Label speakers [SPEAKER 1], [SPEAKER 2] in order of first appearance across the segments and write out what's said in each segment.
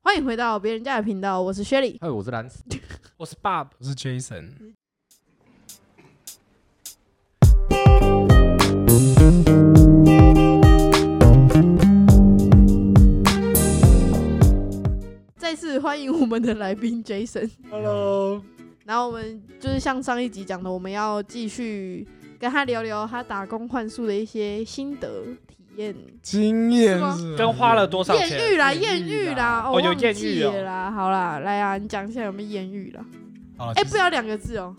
[SPEAKER 1] 欢迎回到别人家的频道，我是 Shelly。
[SPEAKER 2] 嗨，哎我是蓝斯，
[SPEAKER 3] 我是 Bob，
[SPEAKER 4] 我是 Jason，
[SPEAKER 1] 再次欢迎我们的来宾 Jason。
[SPEAKER 4] Hello，
[SPEAKER 1] 然后我们就是像上一集讲的，我们要继续跟他聊聊他打工换宿的一些心得体验。
[SPEAKER 4] 经验
[SPEAKER 1] 是
[SPEAKER 4] 是
[SPEAKER 3] 跟花了多少
[SPEAKER 1] 艳
[SPEAKER 3] 钱？
[SPEAKER 1] 遇啦，
[SPEAKER 2] 艳
[SPEAKER 1] 嗯艳
[SPEAKER 2] 遇
[SPEAKER 1] 遇啦
[SPEAKER 2] 啦，
[SPEAKER 3] 哦有
[SPEAKER 1] 忘
[SPEAKER 3] 艳
[SPEAKER 1] 记
[SPEAKER 3] 遇哦
[SPEAKER 1] 了啦，好啦，来啊，你讲一下有没有艳遇啦？
[SPEAKER 4] 好了，
[SPEAKER 1] 哎、
[SPEAKER 4] 啊其实
[SPEAKER 1] 不要两个字哦、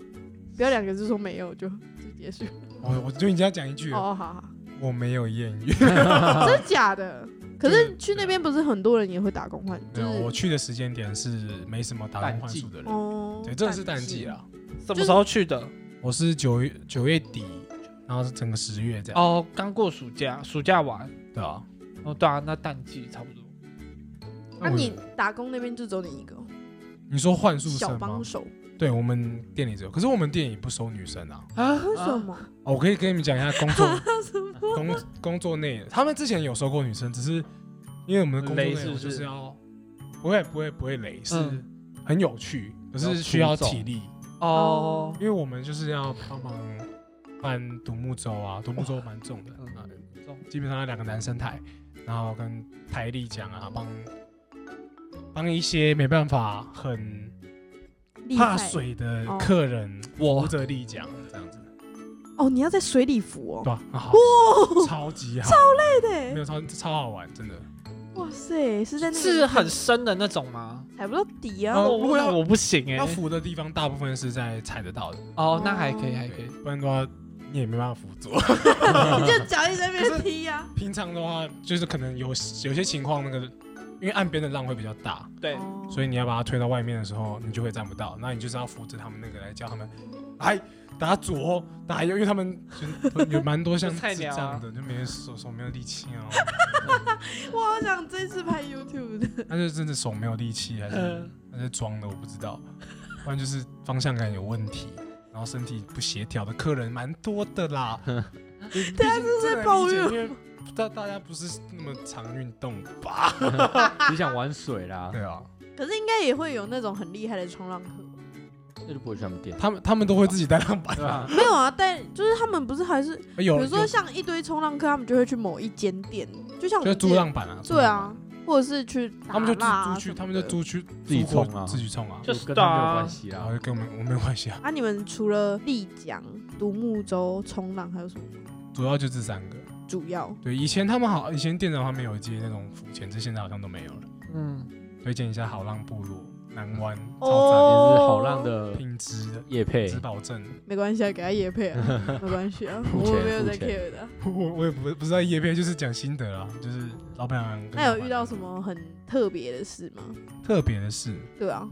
[SPEAKER 1] 不要两个字说没有就就结束。
[SPEAKER 4] 哦我我就已经要讲一句了，
[SPEAKER 1] 哦，啊好
[SPEAKER 4] 我没有艳 遇，
[SPEAKER 1] 好，真的假的？可是去那边不是很多人也会打工换，
[SPEAKER 4] 啊
[SPEAKER 1] 就
[SPEAKER 4] 没有，我
[SPEAKER 1] 是
[SPEAKER 4] 去的时间点是没什么打工换宿的人，
[SPEAKER 1] 哦，
[SPEAKER 4] 对，真的是淡季啦。
[SPEAKER 3] 什么时候去的？
[SPEAKER 4] 我是九月九月底，然后是整个十月这样，
[SPEAKER 3] 哦，刚过暑假，暑假完。
[SPEAKER 4] 对啊。
[SPEAKER 3] 哦，对啊，那淡季差不多。
[SPEAKER 1] 那、
[SPEAKER 4] 我
[SPEAKER 1] 你打工那边就只有你一个哦
[SPEAKER 4] 你说换宿
[SPEAKER 1] 小
[SPEAKER 4] 生吗
[SPEAKER 1] 帮？手，
[SPEAKER 4] 对我们店里只有，可是我们店里不收女生啊。
[SPEAKER 3] 啊
[SPEAKER 1] 为什么？
[SPEAKER 4] 哦，我可以跟你们讲一下工 作工工作内容，他们之前有收过女生，只是因为我们的工作内
[SPEAKER 3] 雷是
[SPEAKER 4] 容
[SPEAKER 3] 不是
[SPEAKER 4] 就是要不会不会不会雷，是
[SPEAKER 3] 嗯
[SPEAKER 4] 很有趣，可
[SPEAKER 2] 要
[SPEAKER 4] 是需要
[SPEAKER 2] 出众
[SPEAKER 4] 体力，
[SPEAKER 3] 哦
[SPEAKER 1] 哦，
[SPEAKER 4] 因为我们就是要帮忙搬独木舟啊，独木舟蛮重的，
[SPEAKER 1] 哦
[SPEAKER 3] 嗯
[SPEAKER 4] 啊
[SPEAKER 3] 重
[SPEAKER 4] 基本上有两个男生抬，然后跟台力讲啊，帮帮一些没办法很
[SPEAKER 1] 厉害
[SPEAKER 4] 怕水的
[SPEAKER 1] 哦
[SPEAKER 4] 客人扶
[SPEAKER 3] 我
[SPEAKER 4] 着力讲这样子，
[SPEAKER 1] 哦，你要在水里浮哦，
[SPEAKER 4] 对吧？啊好
[SPEAKER 1] 哇，
[SPEAKER 4] 超级好，
[SPEAKER 1] 对
[SPEAKER 4] 没，有超超好玩，真的。
[SPEAKER 1] 哇塞，是在那个
[SPEAKER 3] 是很深的那种吗？
[SPEAKER 1] 踩不到底啊，
[SPEAKER 4] 哦
[SPEAKER 3] 哦
[SPEAKER 4] 如果要
[SPEAKER 3] 那我不行哎
[SPEAKER 4] 要。扶的地方大部分是在踩得到的，
[SPEAKER 3] 哦，那还可以，
[SPEAKER 1] 哦
[SPEAKER 3] 还可以。
[SPEAKER 4] 不然的话你也没办法辅佐。
[SPEAKER 1] 你就脚一直在那边踢呀、
[SPEAKER 4] 平常的话，就是可能有有些情况，那个因为岸边的浪会比较大，
[SPEAKER 3] 对，
[SPEAKER 1] 哦
[SPEAKER 4] 所以你要把它推到外面的时候，你就会站不到。那你就是要扶着他们那个来叫他们，哎，打左，哦打右，因为他们就是有蛮多像
[SPEAKER 3] 就 菜
[SPEAKER 4] 智
[SPEAKER 3] 鸟啊
[SPEAKER 4] 障的，就没手手没有力气啊，
[SPEAKER 1] 我好想这次拍 YouTube 的，
[SPEAKER 4] 他就真的手没有力气，还是
[SPEAKER 3] 嗯
[SPEAKER 4] 还是装的，我不知道。不然就是方向感有问题，然后身体不协调的客人蛮多的 啦。对啊，这
[SPEAKER 1] 在抱怨
[SPEAKER 4] 因为大大家不是那么常运动吧？
[SPEAKER 2] 你想玩水啦，
[SPEAKER 4] 对啊，
[SPEAKER 1] 可是应该也会有那种很厉害的冲浪客吧。
[SPEAKER 2] 那就不会去他们店，
[SPEAKER 4] 他们他们都会自己带浪板哎
[SPEAKER 2] 对吧？
[SPEAKER 1] 没有啊，但就是他们不是还是，比
[SPEAKER 4] 有
[SPEAKER 1] 如说
[SPEAKER 4] 有
[SPEAKER 1] 像一堆冲浪客，他们就会去某一间店，就像我
[SPEAKER 4] 就是
[SPEAKER 1] 们
[SPEAKER 4] 租
[SPEAKER 1] 之前
[SPEAKER 4] 浪板啊，租
[SPEAKER 1] 对
[SPEAKER 4] 浪板
[SPEAKER 1] 啊，，或者是去打
[SPEAKER 4] 他们就
[SPEAKER 1] 蜡啊
[SPEAKER 4] 租租去，
[SPEAKER 1] 什么
[SPEAKER 4] 他们就
[SPEAKER 1] 的。
[SPEAKER 4] 租去
[SPEAKER 2] 自己
[SPEAKER 4] 租过
[SPEAKER 2] 冲啊
[SPEAKER 4] 自己冲啊，
[SPEAKER 3] 就
[SPEAKER 2] 跟
[SPEAKER 3] 是
[SPEAKER 2] 他没有
[SPEAKER 3] 啊
[SPEAKER 2] 关系
[SPEAKER 4] 然
[SPEAKER 2] 啦
[SPEAKER 4] 后。就跟我们我没有关系啊，
[SPEAKER 1] 啊，你们除了丽江、独木舟、冲浪，还有什么
[SPEAKER 4] 主要就这三个。
[SPEAKER 1] 主要？
[SPEAKER 4] 对，以前他们好，以前店长他们有接那种浮潜，这现在好像都没有了。
[SPEAKER 3] 嗯，
[SPEAKER 4] 推荐一下好浪部落南湾，
[SPEAKER 2] 也
[SPEAKER 1] 哦
[SPEAKER 4] 超
[SPEAKER 2] 是好浪的
[SPEAKER 4] 赞，品质的，
[SPEAKER 2] 叶配，
[SPEAKER 4] 质保证。
[SPEAKER 1] 没关系啊，给他也配 啊，没关系啊，
[SPEAKER 2] 付
[SPEAKER 1] 我
[SPEAKER 2] 钱
[SPEAKER 1] 没有
[SPEAKER 2] 付
[SPEAKER 1] 在
[SPEAKER 2] 钱
[SPEAKER 1] care 的。
[SPEAKER 4] 我我也不不知道叶片，就是讲心得啦，就是老板娘跟
[SPEAKER 1] 那
[SPEAKER 4] 老
[SPEAKER 1] 有
[SPEAKER 4] 板
[SPEAKER 1] 遇到什么很特别的事吗？
[SPEAKER 4] 特别的事？
[SPEAKER 1] 对啊，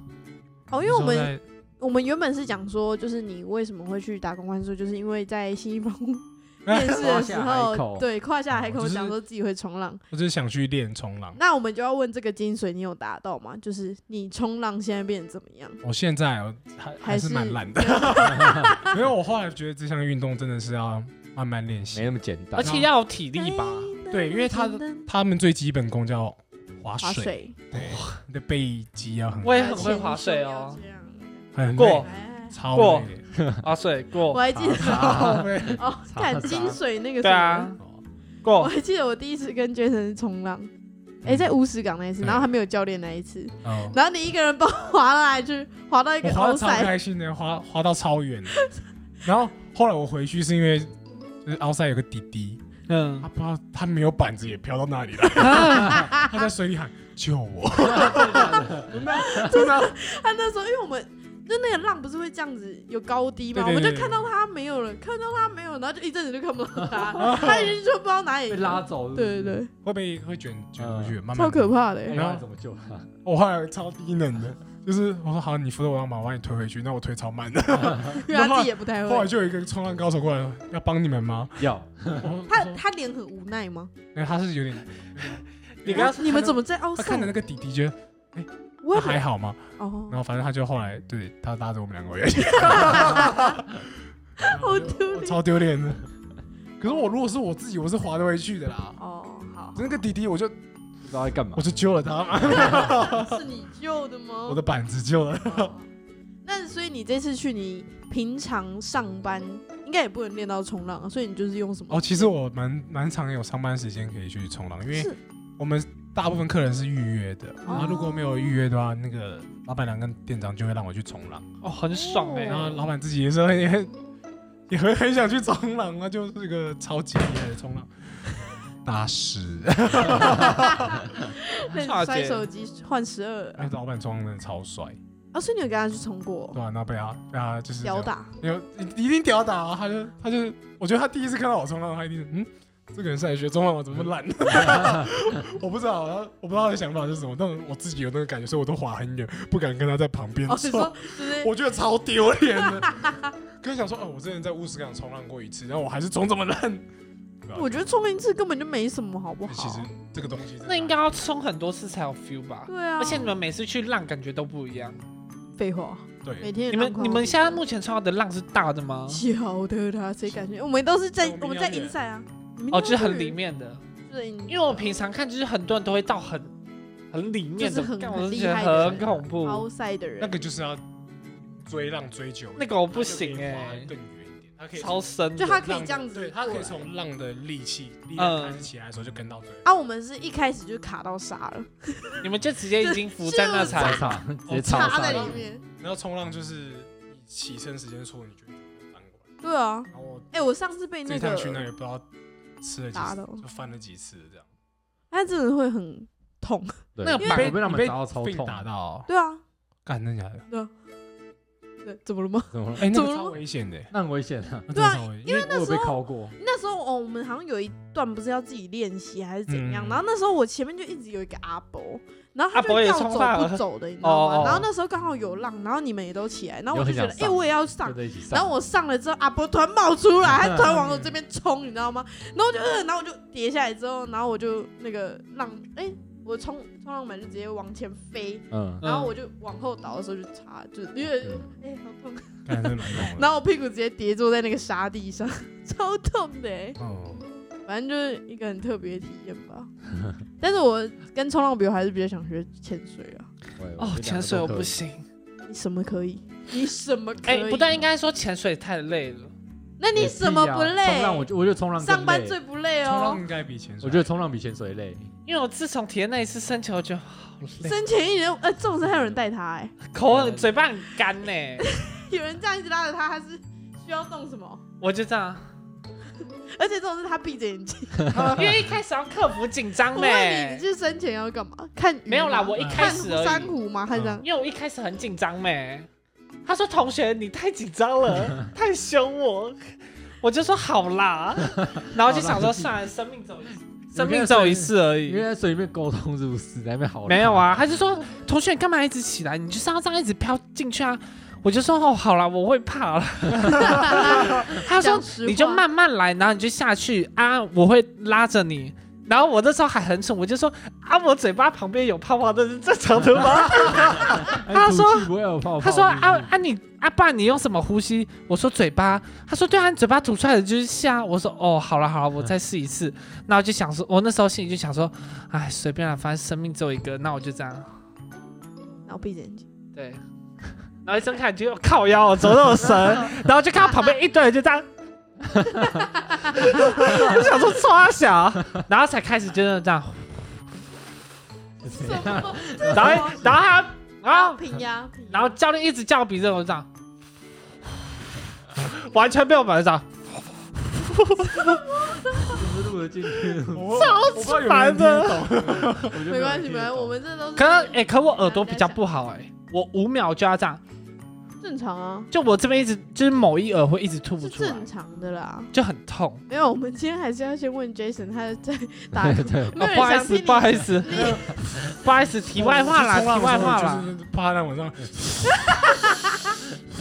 [SPEAKER 1] 哦，因为我
[SPEAKER 4] 你说
[SPEAKER 1] 们
[SPEAKER 4] 在
[SPEAKER 1] 我们原本是讲说，就是你为什么会去打工换宿，就是因为在新一房屋 面试的时
[SPEAKER 2] 跨下海
[SPEAKER 1] 候，
[SPEAKER 2] 口
[SPEAKER 1] 对，跨下海
[SPEAKER 4] 哦
[SPEAKER 1] 口
[SPEAKER 4] 就是
[SPEAKER 1] 讲说自己会冲浪，
[SPEAKER 4] 我就是想去练冲浪。
[SPEAKER 1] 那我们就要问这个精髓，你有达到吗？就是你冲浪现在变得怎么样？
[SPEAKER 4] 我现在哦还还是
[SPEAKER 1] 是
[SPEAKER 4] 蛮懒 的， 没有。我后来觉得这项运动真的是要慢慢练
[SPEAKER 2] 没
[SPEAKER 4] 习。
[SPEAKER 2] 那么简单
[SPEAKER 3] 而。且要有体力吧。
[SPEAKER 1] 哎
[SPEAKER 4] 对因为他的他们最基本功叫划
[SPEAKER 1] 划
[SPEAKER 4] 水，
[SPEAKER 1] 水，
[SPEAKER 4] 对，你的背肌要很
[SPEAKER 3] 我也
[SPEAKER 1] 还有
[SPEAKER 3] 很会
[SPEAKER 1] 潜
[SPEAKER 3] 划
[SPEAKER 1] 水
[SPEAKER 3] 水
[SPEAKER 1] 要
[SPEAKER 3] 哦
[SPEAKER 1] 这，样
[SPEAKER 4] 很
[SPEAKER 3] 过
[SPEAKER 4] 累
[SPEAKER 1] 哎
[SPEAKER 4] 超
[SPEAKER 3] 过
[SPEAKER 4] 累的。
[SPEAKER 3] 划水
[SPEAKER 1] 我
[SPEAKER 3] 过
[SPEAKER 1] 还记得
[SPEAKER 4] 超 累
[SPEAKER 1] 哦，看
[SPEAKER 2] 啥
[SPEAKER 1] 精髓那个
[SPEAKER 3] 对啊
[SPEAKER 1] 什么
[SPEAKER 4] 哦
[SPEAKER 1] 我
[SPEAKER 3] 过，
[SPEAKER 1] 还记得我第一次跟 Jason 是冲浪，哎、在乌石港那一次，
[SPEAKER 4] 对
[SPEAKER 1] 然后还没有教练那一次，
[SPEAKER 4] 嗯哦
[SPEAKER 1] 然后你一个人 帮我滑了来去，滑到一
[SPEAKER 4] 我
[SPEAKER 1] 个
[SPEAKER 4] 滑
[SPEAKER 1] 凹
[SPEAKER 4] 的超
[SPEAKER 1] 塞，
[SPEAKER 4] 开心的，滑滑到超远的。然后后来我回去是因为就是奥赛有个弟弟，
[SPEAKER 3] 嗯
[SPEAKER 4] 他，不知道他没有板子也飘到那 里了，他在水里喊救我，真的
[SPEAKER 1] 他那时候因为我们就那个浪不是会这样子有高低嘛，
[SPEAKER 4] 对对
[SPEAKER 1] 我们
[SPEAKER 4] 对
[SPEAKER 1] 就看到他没有了，看到他没有了，然后就一阵子就看不到他， 他已经就不知道哪里
[SPEAKER 2] 被拉，走是不
[SPEAKER 1] 对
[SPEAKER 2] 是，
[SPEAKER 1] 对
[SPEAKER 4] 会被会卷卷出去，慢慢
[SPEAKER 1] 对，超可。怕的、
[SPEAKER 2] 那
[SPEAKER 1] 欸
[SPEAKER 2] 哎
[SPEAKER 4] 哎
[SPEAKER 2] 你后来怎么救他？
[SPEAKER 4] 我后来超低能的，就是我说好，你扶着我要马我把你推回去，那我推超慢的。
[SPEAKER 1] 因为他自己也不太
[SPEAKER 4] 后来
[SPEAKER 1] 会，
[SPEAKER 4] 就有一个冲浪高手过来要帮你们吗？
[SPEAKER 2] 要
[SPEAKER 4] 我我
[SPEAKER 1] 他
[SPEAKER 4] 说
[SPEAKER 1] 他脸很无奈吗？
[SPEAKER 4] 因为他是有 点，
[SPEAKER 3] 你刚
[SPEAKER 1] 你们怎么在凹
[SPEAKER 4] 他看着
[SPEAKER 1] 塞？
[SPEAKER 4] 那个弟弟觉得
[SPEAKER 1] 我也
[SPEAKER 4] 他还好吗？
[SPEAKER 1] 哦
[SPEAKER 4] 然，后反正他就后来对他拉着我们两个回去，
[SPEAKER 1] 好丢
[SPEAKER 4] 我
[SPEAKER 1] 脸
[SPEAKER 4] 超丢脸的。可是我如果是我自己，我是滑得回去的啦。
[SPEAKER 1] 哦，好，
[SPEAKER 4] 那个弟弟，我就
[SPEAKER 2] 不知道在干嘛
[SPEAKER 4] 我。就揪了他嘛，
[SPEAKER 1] 是你救的吗？
[SPEAKER 4] 我的板子旧了。
[SPEAKER 1] 哦 那所以你这次去，你平常上班应该也不能练到冲浪啊，所以你就是用什么？
[SPEAKER 4] 哦，其实我蛮蛮常有上班时间可以去冲浪，因为
[SPEAKER 1] 是
[SPEAKER 4] 我们大部分客人是预约的，然后如果没有预约的话，那个老板娘跟店长就会让我去冲浪，
[SPEAKER 3] 哦，很爽哎、
[SPEAKER 1] 对
[SPEAKER 4] 然后
[SPEAKER 1] 哦
[SPEAKER 4] 老板自己也是 也很也很很想去冲浪，那就是个超级厉害的冲浪大师。
[SPEAKER 1] 那
[SPEAKER 3] 差
[SPEAKER 1] 你摔
[SPEAKER 3] 点
[SPEAKER 1] 手机换十二
[SPEAKER 4] 那老板冲浪真的超帅，
[SPEAKER 1] 啊，所以你有跟他去冲过
[SPEAKER 4] 哎对啊，然后被他被他就是这样
[SPEAKER 1] 吊，打？
[SPEAKER 4] 有一定屌打啊，他就他就，我觉得他第一次看到我冲浪，他一定是嗯。这个人是来学冲浪，我怎么那 么烂？我不知道，然后我不知道他的想法是什么，但我自己有那个感觉，所以我都滑很远，不敢跟他在旁边
[SPEAKER 1] 哦，你
[SPEAKER 4] 冲。
[SPEAKER 1] 说就是
[SPEAKER 4] 我觉得超丢脸的。跟想说，哦，我之前在乌石港冲浪过一次，然后我还是冲这么烂。啊
[SPEAKER 1] 我觉得冲一次根本就没什么，好不好？
[SPEAKER 4] 哎其实这个东西真的，
[SPEAKER 3] 那应该要冲很多次才有 feel 吧？
[SPEAKER 1] 对啊，
[SPEAKER 3] 而且你们每次去浪感觉都不一样。
[SPEAKER 1] 嗯废话，每
[SPEAKER 4] 对，
[SPEAKER 1] 天
[SPEAKER 3] 你们你们现在目前冲到的浪是大的吗？
[SPEAKER 1] 小的啦，谁感觉？我们都是在
[SPEAKER 4] 我们
[SPEAKER 1] 我们在
[SPEAKER 4] 要远
[SPEAKER 1] inside 啊，
[SPEAKER 3] 哦，就是很里，面的。
[SPEAKER 1] 就是因
[SPEAKER 3] 因为我平常看就是很多人都会到很很里面
[SPEAKER 1] 就是，
[SPEAKER 3] 的
[SPEAKER 1] 很
[SPEAKER 3] 干我
[SPEAKER 1] 很
[SPEAKER 3] 就
[SPEAKER 1] 厉
[SPEAKER 3] 觉得
[SPEAKER 1] 害的
[SPEAKER 3] 很
[SPEAKER 1] 人
[SPEAKER 3] 恐怖。
[SPEAKER 1] outside 的人，
[SPEAKER 4] 那个就是要追浪追久一点，
[SPEAKER 3] 那个我不行哎
[SPEAKER 4] 他就可以滑更远一点，他可以
[SPEAKER 3] 超深的，
[SPEAKER 1] 就他可以这样子
[SPEAKER 4] 对，他可
[SPEAKER 1] 过
[SPEAKER 4] 以
[SPEAKER 1] 来
[SPEAKER 4] 从浪的力气力量开始起来的时候就跟到最后。
[SPEAKER 1] 啊，我们是一开始就卡到沙了，
[SPEAKER 3] 你们就直接已经浮在那
[SPEAKER 1] 就
[SPEAKER 3] 才
[SPEAKER 1] 是
[SPEAKER 2] 草，直接草
[SPEAKER 4] 插
[SPEAKER 1] 插
[SPEAKER 4] 沙
[SPEAKER 1] 在
[SPEAKER 4] 了
[SPEAKER 1] 里面。
[SPEAKER 4] 然后冲浪就是以起身时间错，你就翻过来。
[SPEAKER 1] 对啊，
[SPEAKER 4] 然后我
[SPEAKER 1] 哎、我上次被
[SPEAKER 4] 这
[SPEAKER 1] 那
[SPEAKER 4] 一趟去那
[SPEAKER 1] 个，
[SPEAKER 4] 也不知道吃了几
[SPEAKER 1] 打
[SPEAKER 4] 次
[SPEAKER 1] 的，哦
[SPEAKER 4] 就翻了几次这样。
[SPEAKER 1] 他真的会很痛。
[SPEAKER 2] 对
[SPEAKER 3] 那个板
[SPEAKER 2] 我被他
[SPEAKER 4] 你
[SPEAKER 2] 们
[SPEAKER 4] 被
[SPEAKER 2] 打到超
[SPEAKER 4] 被
[SPEAKER 2] 痛，
[SPEAKER 4] 打到哦，
[SPEAKER 1] 对啊，
[SPEAKER 4] 干真的假的？
[SPEAKER 1] 对，怎么了吗？
[SPEAKER 2] 怎么了？
[SPEAKER 4] 哎，那
[SPEAKER 1] 怎么
[SPEAKER 4] 个
[SPEAKER 1] 了
[SPEAKER 4] 超
[SPEAKER 1] 吗
[SPEAKER 4] 危险的欸，
[SPEAKER 2] 那很危险啊！
[SPEAKER 4] 那
[SPEAKER 1] 对
[SPEAKER 4] 真的
[SPEAKER 1] 啊
[SPEAKER 4] 超危险，
[SPEAKER 2] 因为我有被考过，
[SPEAKER 1] 那时候哦，我们好像有一段不是要自己练习还是怎样、
[SPEAKER 4] 嗯
[SPEAKER 1] 然后那时候我前面就一直有一个阿伯，然后他
[SPEAKER 3] 阿
[SPEAKER 1] 就
[SPEAKER 3] 伯也
[SPEAKER 1] 要
[SPEAKER 3] 冲
[SPEAKER 1] 走
[SPEAKER 3] 浪
[SPEAKER 1] 不走的，你知道吗？
[SPEAKER 3] 哦哦哦
[SPEAKER 1] 然后那时候刚好有浪，然后你们也都起来，然后我就觉得
[SPEAKER 2] 你又很想
[SPEAKER 1] 哎、
[SPEAKER 2] 上
[SPEAKER 1] 我也要上
[SPEAKER 2] 就。在一起上。
[SPEAKER 1] 然后我上了之后，阿伯突然冒出来，他突然往我这边冲，你知道吗？然后我就，呃然后我就跌下来之后，然后我就那个浪，哎、我冲冲浪板就直接往前飞，
[SPEAKER 2] 嗯，
[SPEAKER 1] 然后我就往后倒的时候就插，就因为
[SPEAKER 2] 嗯
[SPEAKER 1] 哎、好痛，
[SPEAKER 4] 干真的蛮痛的。
[SPEAKER 1] 然后我屁股直接跌坐在那个沙地上， 超痛的、欸。
[SPEAKER 4] 哦，
[SPEAKER 1] 反正就是一个很特别的体验 吧。但是我跟冲浪比，我还是比较想学潜水啊。
[SPEAKER 2] 我也
[SPEAKER 3] 哦，潜水我不。行。
[SPEAKER 1] 你什么可以？你什么可
[SPEAKER 3] 哎
[SPEAKER 1] 以？，
[SPEAKER 3] 不但应该说潜水太累了，
[SPEAKER 1] 那你什么不累？
[SPEAKER 2] 哎冲浪我就我觉得冲浪更
[SPEAKER 1] 上班
[SPEAKER 2] 累
[SPEAKER 1] 最不累
[SPEAKER 4] 冲浪
[SPEAKER 1] 哦。
[SPEAKER 4] 应该比潜水。
[SPEAKER 2] 我觉得冲浪比潜水累。
[SPEAKER 3] 因为我自从体验那一次深潜， 我觉得好累，
[SPEAKER 1] 生前一人，呃，重视还有人带他、欸，
[SPEAKER 3] 口很嘴巴很干欸呢。
[SPEAKER 1] 有人这样一直拉着他，他是需要弄什么？
[SPEAKER 3] 我就 这样，
[SPEAKER 1] 而且这种是他闭着眼睛。
[SPEAKER 3] 因为一开始要克服紧张
[SPEAKER 1] 我
[SPEAKER 3] 呢。
[SPEAKER 1] 问你，你去生前要干嘛？看鱼吗？
[SPEAKER 3] 没有啦，我一开
[SPEAKER 1] 看
[SPEAKER 3] 始而
[SPEAKER 1] 珊
[SPEAKER 3] 已，嗯
[SPEAKER 1] 瑚吗？还 是这样？
[SPEAKER 3] 因为我一开始很紧张没。他说：“同学，你太紧张了，太凶我。”我就说：“好啦。”然后就想说：“算了，生命走一次，生命走一次而
[SPEAKER 2] 因为
[SPEAKER 3] 已。
[SPEAKER 2] 在水里面沟通是不是？在那边”好
[SPEAKER 3] 没有，啊，他就说：“同学，你干嘛一直起来？你就是要这样一直飘进去啊。”我就说：“哦，好啦，我会怕了。”他说
[SPEAKER 1] 讲实：“话
[SPEAKER 3] 你就慢慢来，然后你就下去啊，我会拉着你。”然后我那时候还很蠢，我就说：“啊，我嘴巴旁边有泡泡，这是正常的吗？”他
[SPEAKER 2] 哎
[SPEAKER 3] 说
[SPEAKER 2] 吐气不会有泡泡
[SPEAKER 3] 他说
[SPEAKER 2] 是不是嗯
[SPEAKER 3] 啊啊你啊不然你用什么呼吸？我说嘴巴。他说对啊，你嘴巴吐出来的就是气啊。我说哦，好了好了，我再试一次。那我就想说，我那时候心里就想说，哎，随便了，反正生命只有一个，那我就这样。
[SPEAKER 1] 然后闭着眼 睛。
[SPEAKER 3] 对。然后一睁开眼就靠腰，我走那么神，然后就看到旁边一堆人就这样， 我想说抓小，然后才开始真的这样，
[SPEAKER 1] 什
[SPEAKER 3] 啊
[SPEAKER 1] 么？这是
[SPEAKER 3] 然
[SPEAKER 1] 什
[SPEAKER 3] 后
[SPEAKER 1] 么
[SPEAKER 3] 然后他然后
[SPEAKER 1] 平压，平压
[SPEAKER 3] 然后教练一直叫我鼻子，我就这样， 完全被我绑在上。
[SPEAKER 2] 是录得进去。，
[SPEAKER 4] 超
[SPEAKER 3] 超烦的
[SPEAKER 1] 没关系，没关系，我们这都是
[SPEAKER 3] 可哎、诶可我耳朵比较不好哎、我五秒就要这样，
[SPEAKER 1] 正常啊，
[SPEAKER 3] 就我这边一直就是某一耳会一直吐不啊
[SPEAKER 1] 是
[SPEAKER 3] 出来，
[SPEAKER 1] 正常的啦。
[SPEAKER 3] 就很痛。
[SPEAKER 1] 没有，我们今天还是要先问 Jason，他在 打
[SPEAKER 2] 对，
[SPEAKER 1] 没有
[SPEAKER 3] 哦不好
[SPEAKER 1] 人想
[SPEAKER 3] 意
[SPEAKER 1] 听
[SPEAKER 3] 思，
[SPEAKER 1] 你
[SPEAKER 3] 不好意思， 不好意思，题外话啦，题外话啦。，
[SPEAKER 4] 趴在我上，
[SPEAKER 2] 嗯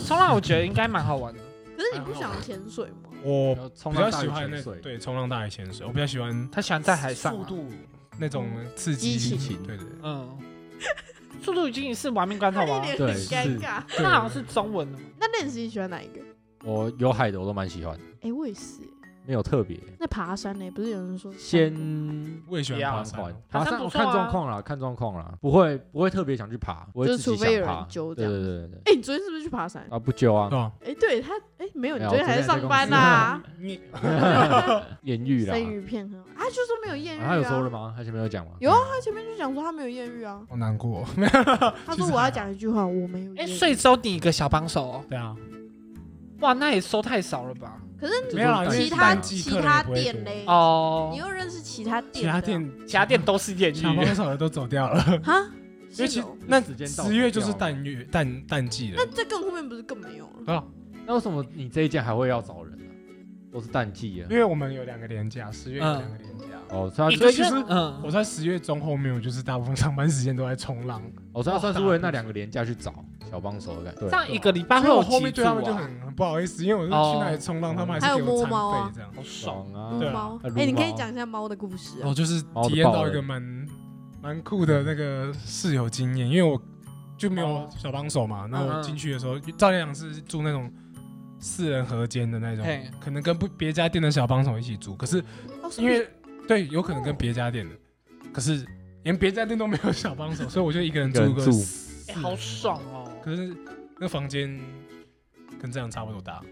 [SPEAKER 3] 冲浪我觉得应该蛮好玩的，
[SPEAKER 1] 可是你不想潜水吗？
[SPEAKER 4] 我
[SPEAKER 2] 冲
[SPEAKER 4] 比较
[SPEAKER 2] 浪大
[SPEAKER 4] 喜
[SPEAKER 2] 于
[SPEAKER 4] 欢
[SPEAKER 2] 潜
[SPEAKER 4] 那
[SPEAKER 2] 水。
[SPEAKER 4] 对冲浪大于潜水，我比较喜欢
[SPEAKER 3] 他喜欢在海上、
[SPEAKER 4] 速
[SPEAKER 3] 啊。
[SPEAKER 4] 度那种刺激
[SPEAKER 1] 激
[SPEAKER 2] 情
[SPEAKER 4] 对对对
[SPEAKER 3] 嗯，速度已经是玩命关头
[SPEAKER 1] 他一
[SPEAKER 3] 啊。
[SPEAKER 1] 脸
[SPEAKER 2] 对
[SPEAKER 1] 很尴尬。
[SPEAKER 3] 那好像是中文的嘛，
[SPEAKER 1] 那 Lance 你喜欢哪一个？
[SPEAKER 2] 我有海的我都蛮喜欢，
[SPEAKER 1] 哎，我也是，
[SPEAKER 2] 没有特别。
[SPEAKER 1] 那爬山呢？不是有人说
[SPEAKER 2] 先
[SPEAKER 4] 我也喜欢
[SPEAKER 3] 不要
[SPEAKER 4] 爬
[SPEAKER 2] 缓
[SPEAKER 4] 山
[SPEAKER 2] 缓
[SPEAKER 4] 哦，
[SPEAKER 3] 爬
[SPEAKER 2] 爬
[SPEAKER 3] 山
[SPEAKER 2] 山
[SPEAKER 3] 不
[SPEAKER 2] 我
[SPEAKER 3] 错啊
[SPEAKER 2] 看状况啦，看状况啦，不会不会特别想去爬，我
[SPEAKER 1] 就
[SPEAKER 2] 会
[SPEAKER 1] 是
[SPEAKER 2] 自己
[SPEAKER 1] 除非有
[SPEAKER 2] 想
[SPEAKER 1] 人
[SPEAKER 2] 爬。
[SPEAKER 1] 揪
[SPEAKER 2] 对
[SPEAKER 1] 这样
[SPEAKER 2] 对对对，
[SPEAKER 1] 哎，你昨天是不是去爬山？
[SPEAKER 2] 啊不揪啊
[SPEAKER 4] 对，吧？
[SPEAKER 1] 哎，对他，哎，没有，你
[SPEAKER 2] 没有
[SPEAKER 1] 昨天还
[SPEAKER 2] 我昨天还在
[SPEAKER 1] 上
[SPEAKER 2] 公
[SPEAKER 1] 班啊
[SPEAKER 2] 司
[SPEAKER 1] 呐。
[SPEAKER 4] 你
[SPEAKER 2] 艳遇啦。
[SPEAKER 1] 生鱼片很好，啊，就说没有艳遇
[SPEAKER 2] 啊他有说了
[SPEAKER 1] 啊。
[SPEAKER 2] 吗？他前面有讲吗？
[SPEAKER 1] 有啊，他前面就讲说他没有艳遇啊。
[SPEAKER 4] 好难过，
[SPEAKER 1] 他说
[SPEAKER 4] 其实
[SPEAKER 1] 我要
[SPEAKER 4] 还好
[SPEAKER 1] 讲一句话，我没有
[SPEAKER 3] 哎，
[SPEAKER 1] 艳遇。
[SPEAKER 3] 所以收你一个小帮手哦，
[SPEAKER 4] 对啊，
[SPEAKER 3] 哇，那也收太少了吧？
[SPEAKER 1] 可是
[SPEAKER 2] 这
[SPEAKER 4] 没有啦
[SPEAKER 2] 种感
[SPEAKER 1] 其
[SPEAKER 2] 觉
[SPEAKER 1] 他其
[SPEAKER 2] 嘛
[SPEAKER 1] 他店嘞，
[SPEAKER 3] 哦
[SPEAKER 1] 你，又认识其他店的啊？
[SPEAKER 4] 其他店
[SPEAKER 3] 其他店嗯都是艳
[SPEAKER 4] 抢包
[SPEAKER 3] 遇，
[SPEAKER 4] 少的都走 掉了，
[SPEAKER 1] 哈，
[SPEAKER 4] 因为
[SPEAKER 1] 是
[SPEAKER 4] 其
[SPEAKER 1] 哦
[SPEAKER 4] 那
[SPEAKER 2] 时间到
[SPEAKER 4] 十月就是
[SPEAKER 2] 掉了
[SPEAKER 4] 淡月淡淡季了
[SPEAKER 1] 那，这更后面不是更没有了？
[SPEAKER 2] 那为什么你这一届还会要找人啊？都是淡季啊。
[SPEAKER 4] 因为我们有两个连假，十月有两个
[SPEAKER 3] 嗯
[SPEAKER 4] 连假。
[SPEAKER 2] 哦，所以
[SPEAKER 3] 一
[SPEAKER 2] 他
[SPEAKER 3] 个
[SPEAKER 4] 所以其
[SPEAKER 3] 月
[SPEAKER 4] 实
[SPEAKER 3] 嗯
[SPEAKER 4] 我在十月中后面，我就是大部分上班时间都在冲浪，
[SPEAKER 2] 哦，所以他算是为了那两个年假去找小帮手的感觉。
[SPEAKER 3] 这
[SPEAKER 2] 对
[SPEAKER 3] 样一个礼拜
[SPEAKER 4] 所
[SPEAKER 3] 会
[SPEAKER 4] 以我
[SPEAKER 3] 有
[SPEAKER 4] 后
[SPEAKER 3] 几
[SPEAKER 4] 面
[SPEAKER 3] 组
[SPEAKER 4] 对他们就
[SPEAKER 3] 啊？
[SPEAKER 4] 很很不好意思，因为我是去那里冲浪，
[SPEAKER 2] 哦
[SPEAKER 4] 他们还是给我
[SPEAKER 1] 还有摸猫啊
[SPEAKER 4] 餐费这样。
[SPEAKER 3] 好爽，
[SPEAKER 2] 爽啊
[SPEAKER 1] 摸！
[SPEAKER 4] 对啊
[SPEAKER 1] 猫
[SPEAKER 2] 还，撸
[SPEAKER 1] 哎，你可以
[SPEAKER 2] 猫
[SPEAKER 1] 讲一下猫的故事
[SPEAKER 3] 哦
[SPEAKER 1] 啊
[SPEAKER 4] 我。哦就是
[SPEAKER 2] 猫的
[SPEAKER 4] 体验
[SPEAKER 2] 报
[SPEAKER 4] 到
[SPEAKER 2] 恩
[SPEAKER 4] 一个蛮蛮酷的那个室友经验，因为我就没有
[SPEAKER 3] 哦
[SPEAKER 4] 小帮手嘛。那
[SPEAKER 3] 嗯
[SPEAKER 4] 我
[SPEAKER 3] 嗯
[SPEAKER 4] 进去的时候，照样是住那种四人合间的那种
[SPEAKER 3] 嘿，
[SPEAKER 4] 可能跟不别家店的小帮手一起住，可是
[SPEAKER 1] 哦所以
[SPEAKER 4] 因为对，有可能跟别家店的，可是连别家店都没有小帮 手，所以我就一个人
[SPEAKER 2] 一个人
[SPEAKER 4] 住个
[SPEAKER 2] 住
[SPEAKER 4] 四
[SPEAKER 3] 哎，
[SPEAKER 4] 人
[SPEAKER 3] 好爽哦。
[SPEAKER 4] 可是那房间跟这样差不多大，
[SPEAKER 1] 哦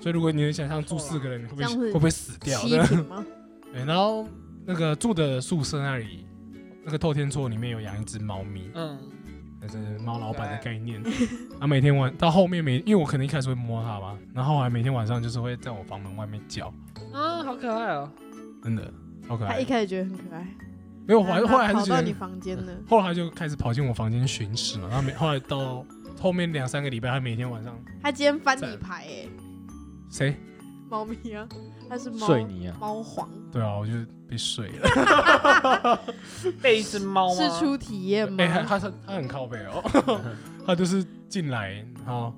[SPEAKER 4] 所以如果你能想象住四个人，你会不
[SPEAKER 1] 这样会
[SPEAKER 4] 会会不会死掉？
[SPEAKER 1] 七
[SPEAKER 4] 对
[SPEAKER 1] 品 吗？
[SPEAKER 4] 对，然后那个住的宿舍那里，那个透天厝里面有养一只猫咪，
[SPEAKER 3] 嗯，
[SPEAKER 4] 那是猫老板的概 念。啊，每天晚到后面每，因为我可能一开始会摸它嘛，然后还每天晚上就是会在我房门外面叫，
[SPEAKER 3] 啊，好可爱哦。
[SPEAKER 4] 真的好可
[SPEAKER 1] 他一
[SPEAKER 4] 爱。
[SPEAKER 1] 开始觉得很可爱，
[SPEAKER 4] 没 有，我还
[SPEAKER 1] 然
[SPEAKER 4] 后来还
[SPEAKER 1] 跑
[SPEAKER 4] 是觉
[SPEAKER 1] 到你
[SPEAKER 4] 得，
[SPEAKER 1] 房间了。
[SPEAKER 4] 后来就开始跑进我房间巡视嘛，然后每后来到后面两三个礼拜，他每天晚上
[SPEAKER 1] 他今天翻你牌哎，
[SPEAKER 4] 谁？
[SPEAKER 1] 猫咪啊，他是猫
[SPEAKER 2] 睡你啊！
[SPEAKER 1] 猫皇，
[SPEAKER 4] 对啊，我就被睡了。
[SPEAKER 3] 被一只猫吗
[SPEAKER 1] 是出体验吗
[SPEAKER 4] 哎、？他他他很靠背哦， 他就是进来，然后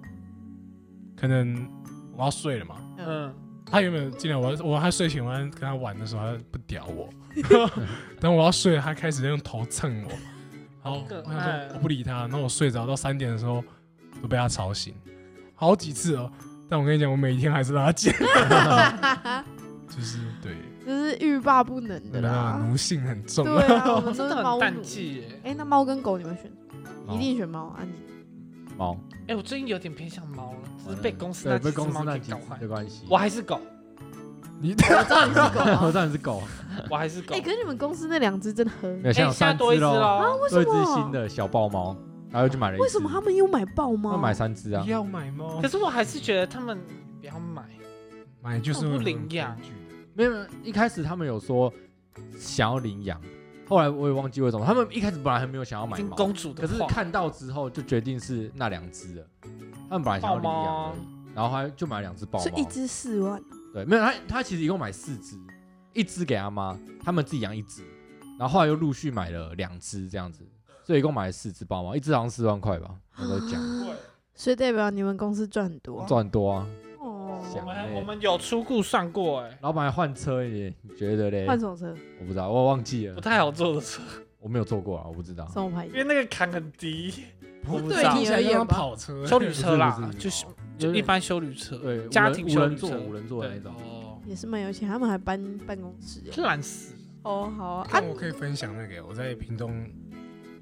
[SPEAKER 4] 可能我要睡了嘛，
[SPEAKER 3] 嗯，
[SPEAKER 4] 他原本进来我要我他睡前我要跟他玩的时候，他不 屌我，等我要睡了，他开始用头蹭我，然后
[SPEAKER 3] 可
[SPEAKER 4] 我想
[SPEAKER 3] 爱
[SPEAKER 4] 说我不理他，然后我睡着到三点的时候都被他吵醒，好几次哦，但我跟你讲，我每天还是让 他见，就是对，
[SPEAKER 1] 这是欲罢不能的
[SPEAKER 4] 那
[SPEAKER 1] 啦。
[SPEAKER 4] 奴性很重
[SPEAKER 1] 对，啊，我们
[SPEAKER 3] 真
[SPEAKER 1] 都
[SPEAKER 3] 的
[SPEAKER 1] 是猫
[SPEAKER 3] 很
[SPEAKER 1] 奴
[SPEAKER 3] 淡。季耶。
[SPEAKER 1] 哎，那猫跟狗你们选？
[SPEAKER 2] 猫
[SPEAKER 1] 一定选猫啊！你
[SPEAKER 2] 猫，
[SPEAKER 3] 哎，我最近有点偏向猫了，只是被公司那
[SPEAKER 2] 嗯对
[SPEAKER 3] 几
[SPEAKER 2] 被
[SPEAKER 3] 只
[SPEAKER 2] 公司
[SPEAKER 3] 猫
[SPEAKER 2] 那
[SPEAKER 3] 给
[SPEAKER 2] 几
[SPEAKER 3] 搞坏
[SPEAKER 2] 没。关系。
[SPEAKER 3] 我还是 狗，
[SPEAKER 4] 你
[SPEAKER 1] 我知道你是狗
[SPEAKER 2] 我
[SPEAKER 1] 啊。
[SPEAKER 2] 当然是狗，
[SPEAKER 3] 我还是狗。
[SPEAKER 1] 哎，可是你们公司那两只真的很
[SPEAKER 2] 没有
[SPEAKER 3] 哎
[SPEAKER 2] 现在有
[SPEAKER 3] 现在
[SPEAKER 2] 三
[SPEAKER 3] 多一
[SPEAKER 2] 只哦
[SPEAKER 3] 只哦
[SPEAKER 2] 咯，
[SPEAKER 3] 喽。
[SPEAKER 1] 为
[SPEAKER 2] 多
[SPEAKER 1] 什
[SPEAKER 2] 一只新
[SPEAKER 1] 么？
[SPEAKER 2] 的小豹猫，然后又去买了一只。
[SPEAKER 1] 为什么他们又买豹猫？
[SPEAKER 2] 要买三只啊
[SPEAKER 4] 不？要买猫
[SPEAKER 3] 可，是我还是觉得他们不要买。
[SPEAKER 4] 买就
[SPEAKER 3] 我
[SPEAKER 4] 是
[SPEAKER 3] 不
[SPEAKER 4] 会有
[SPEAKER 3] 领
[SPEAKER 4] 恐
[SPEAKER 3] 养
[SPEAKER 4] 惧
[SPEAKER 2] 没有，没有一开始他们有说想要领养，后来我也忘记为什么，他们一开始本来还没有想要买
[SPEAKER 3] 听
[SPEAKER 2] 猫，
[SPEAKER 3] 公主
[SPEAKER 2] 可
[SPEAKER 3] 的
[SPEAKER 2] 是
[SPEAKER 3] 话，
[SPEAKER 2] 看到之后就决定是那两只了。他们本来想要领养而
[SPEAKER 3] 啊
[SPEAKER 2] 已，然后他就买了两只豹
[SPEAKER 1] 是
[SPEAKER 2] 猫
[SPEAKER 1] 一。只四万，
[SPEAKER 2] 对，没有他，他其实一共买四只，一只给他妈，他们自己养一只，然后后来又陆续买了两只这样子，所以一共买了四只豹猫，一只好像四万块吧，我都讲
[SPEAKER 1] 啊所以代表你们公司赚很多。
[SPEAKER 2] 赚很多啊。
[SPEAKER 1] 哦
[SPEAKER 3] 我
[SPEAKER 2] 想
[SPEAKER 3] 们还
[SPEAKER 2] 欸
[SPEAKER 3] 我们有出库算过，哎，
[SPEAKER 2] 老板还换车耶，你觉得嘞？
[SPEAKER 1] 换什么车？
[SPEAKER 2] 我不知道，我忘记
[SPEAKER 3] 不
[SPEAKER 2] 了，
[SPEAKER 3] 太好坐的车，
[SPEAKER 2] 我没有坐过啊，我不知道。
[SPEAKER 1] 什么牌
[SPEAKER 3] 因
[SPEAKER 1] 子？
[SPEAKER 3] 为那个坎很低，
[SPEAKER 4] 我
[SPEAKER 3] 不
[SPEAKER 4] 不
[SPEAKER 3] 知
[SPEAKER 4] 知
[SPEAKER 3] 道
[SPEAKER 1] 哦
[SPEAKER 4] 道，
[SPEAKER 1] 对你而言吧
[SPEAKER 4] 跑车
[SPEAKER 3] 修旅车啦
[SPEAKER 2] 不是不，是
[SPEAKER 3] 就是
[SPEAKER 2] 有
[SPEAKER 3] 就
[SPEAKER 2] 点
[SPEAKER 3] 一般修旅车，
[SPEAKER 2] 对
[SPEAKER 3] 家
[SPEAKER 2] 无人
[SPEAKER 3] 庭
[SPEAKER 2] 无
[SPEAKER 3] 修旅
[SPEAKER 2] 人
[SPEAKER 3] 车
[SPEAKER 2] 座无人座的那
[SPEAKER 3] 对
[SPEAKER 2] 种，
[SPEAKER 3] 哦，
[SPEAKER 1] 也是蛮有钱，他们还搬办公室耶。
[SPEAKER 3] 烂死了。
[SPEAKER 1] 哦，好啊，啊
[SPEAKER 4] 但我可以分享那个，我在屏东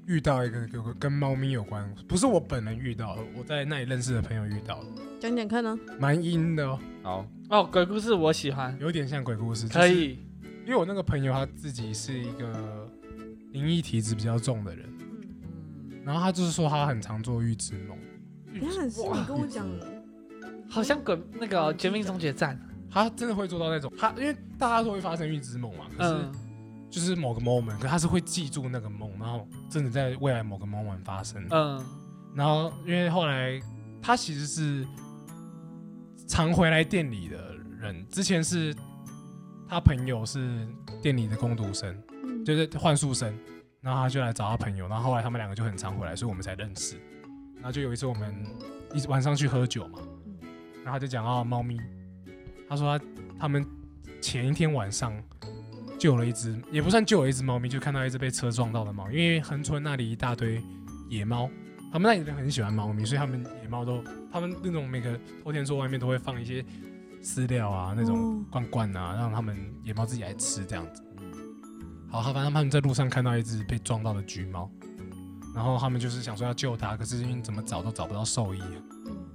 [SPEAKER 4] 遇到一个有个跟猫咪有关，不是我本人遇到的，我在那里认识的朋友遇到的，
[SPEAKER 1] 讲讲看啊呢。
[SPEAKER 4] 蛮阴的哦，
[SPEAKER 2] 好，
[SPEAKER 3] 哦，鬼故事我喜欢，
[SPEAKER 4] 有点像鬼故事。
[SPEAKER 3] 可，以。
[SPEAKER 4] 因为我那个朋友他自己是一个灵异体质比较重的人，
[SPEAKER 1] 嗯，
[SPEAKER 4] 然后他就是说他很常做预知梦，
[SPEAKER 1] 你看是
[SPEAKER 3] 哇
[SPEAKER 1] 你跟我讲，
[SPEAKER 3] 好像鬼那个《绝命终结站
[SPEAKER 4] 他真的会做到那种，他因为大家都会发生预知梦嘛，》，可是
[SPEAKER 3] 嗯，
[SPEAKER 4] 就是某个 moment，可他是会记住那个梦，然后真的在未来某个 moment 发生。
[SPEAKER 3] 嗯，
[SPEAKER 4] 然后因为后来他其实是常回来店里的人，之前是他朋友是店里的工读生，
[SPEAKER 1] 嗯
[SPEAKER 4] 就是换宿生，然后他就来找他朋友，然后后来他们两个就很常回来，所以我们才认识。然后就有一次我们一晚上去喝酒嘛，然后他就讲到猫咪，他说他他们前一天晚上救了一只，也不算救了一只猫咪，就看到一只被车撞到的猫，因为恒春那里一大堆野猫，他们那里人很喜欢猫咪，所以他们野猫都，他们那种每个后天厝外面都会放一些饲料啊，那种
[SPEAKER 1] 哦
[SPEAKER 4] 罐罐啊，让他们野猫自己来吃这样子。好，他反正他们在路上看到一只被撞到的橘猫，然后他们就是想说要救它，可是因为怎么找都找不到兽医，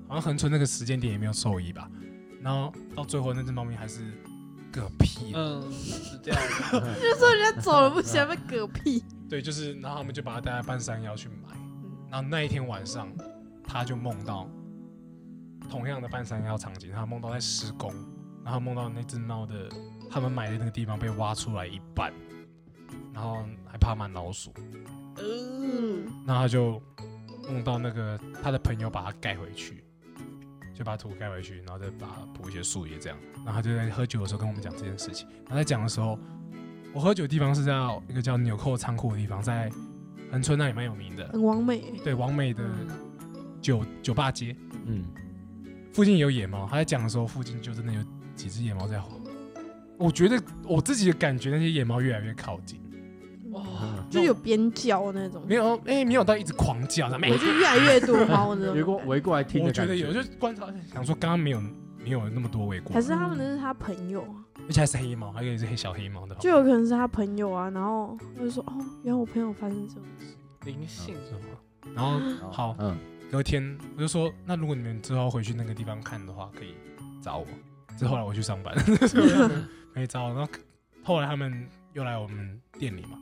[SPEAKER 4] 好像恒春那个时间点也没有兽医吧。然后到最后那只猫咪还是嗝屁了，
[SPEAKER 3] 嗯，死掉了。
[SPEAKER 1] 就说人家走了不行，被嗝屁。
[SPEAKER 4] 对，就是然后他们就把它带到半山腰去买，然后那一天晚上他就梦到同样的半山腰场景，他梦到在施工，然后梦到那只猫的他们买的那个地方被挖出来一半，然后还爬满老鼠，
[SPEAKER 1] 嗯，
[SPEAKER 4] 那他就梦到那个他的朋友把它盖回去，就把土盖回去，然后再把它补一些树叶这样。然后他就在喝酒的时候跟我们讲这件事情。然后在讲的时候，我喝酒的地方是在一个叫纽扣仓库的地方，在恒春那里蛮有名的，
[SPEAKER 1] 很完美。
[SPEAKER 4] 对，王美的
[SPEAKER 3] 嗯
[SPEAKER 4] 酒酒吧街
[SPEAKER 2] 嗯，
[SPEAKER 4] 附近有野猫。他在讲的时候，附近就真的有几只野猫在吼。我觉得我自己的感觉，那些野猫越来越靠近，
[SPEAKER 2] 嗯
[SPEAKER 3] 哇，
[SPEAKER 1] 就有边角那种
[SPEAKER 4] 没，有哎、没有到一直狂叫，然后
[SPEAKER 1] 我就越来越多猫那
[SPEAKER 2] 围过
[SPEAKER 1] 种。
[SPEAKER 2] 围过来听
[SPEAKER 4] 我
[SPEAKER 2] 的
[SPEAKER 4] 觉
[SPEAKER 2] 感
[SPEAKER 4] 得有，就观察想说刚刚没有没有那么多围过
[SPEAKER 1] 还，是他们那是他朋友啊，
[SPEAKER 4] 而且还是黑猫，还有一只黑小黑猫的，
[SPEAKER 1] 就有可能是他朋友啊，然后他就说哦，原来我朋友发生这种事，
[SPEAKER 3] 灵性
[SPEAKER 4] 是吗？然后
[SPEAKER 2] 哦
[SPEAKER 4] 好
[SPEAKER 2] 嗯，
[SPEAKER 4] 隔天我就说，那如果你们之后回去那个地方看的话，可以找我。之后来我去上班， 所以他们没找我。然后后来他们又来我们店里嘛，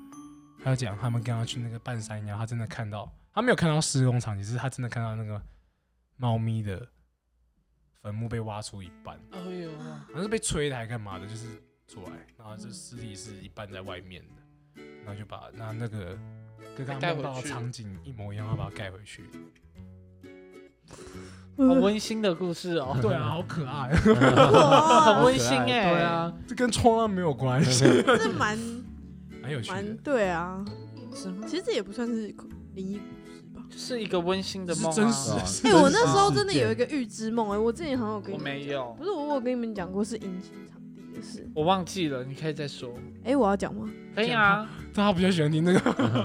[SPEAKER 4] 他就讲他们刚刚去那个半山腰，他真的看到，他没有看到施工场景，只是他真的看到那个猫咪的坟墓被挖出一半。
[SPEAKER 3] 哎呦，
[SPEAKER 4] 好像是被吹的还干嘛的，就是出来，然后这尸体是一半在外面的，然后就把那那个跟刚
[SPEAKER 3] 盖
[SPEAKER 4] 刚
[SPEAKER 3] 回
[SPEAKER 4] 梦到的
[SPEAKER 3] 去
[SPEAKER 4] 场景一模一样，要把它盖回去。
[SPEAKER 3] 好温馨的故事哦，
[SPEAKER 4] 对啊，好可爱，
[SPEAKER 3] 很
[SPEAKER 1] 哇
[SPEAKER 3] 温馨哎。
[SPEAKER 2] 对啊，
[SPEAKER 4] 这跟冲浪没有关 系，
[SPEAKER 1] 啊这蛮
[SPEAKER 4] 蛮有趣
[SPEAKER 1] 蛮
[SPEAKER 4] 的，
[SPEAKER 1] 对啊，
[SPEAKER 3] 是吗，
[SPEAKER 1] 其实这也不算是灵异故事吧。
[SPEAKER 3] 就是一个温馨的
[SPEAKER 4] 是
[SPEAKER 3] 梦啊。
[SPEAKER 4] 真实的
[SPEAKER 2] 对啊。
[SPEAKER 4] 是
[SPEAKER 1] 哎、
[SPEAKER 4] 真
[SPEAKER 1] 我
[SPEAKER 4] 实
[SPEAKER 1] 那时候
[SPEAKER 2] 事
[SPEAKER 1] 真的
[SPEAKER 2] 件
[SPEAKER 1] 有一个预知梦，哎，我之前好像有跟
[SPEAKER 3] 我
[SPEAKER 1] 你们
[SPEAKER 3] 没
[SPEAKER 1] 讲，
[SPEAKER 3] 有
[SPEAKER 1] 不，是我有跟你们讲过是迎新场地的事。
[SPEAKER 3] 我忘记了，你可以再说。
[SPEAKER 1] 哎、我要讲吗？
[SPEAKER 3] 可以啊，
[SPEAKER 4] 但他比较喜欢听那个，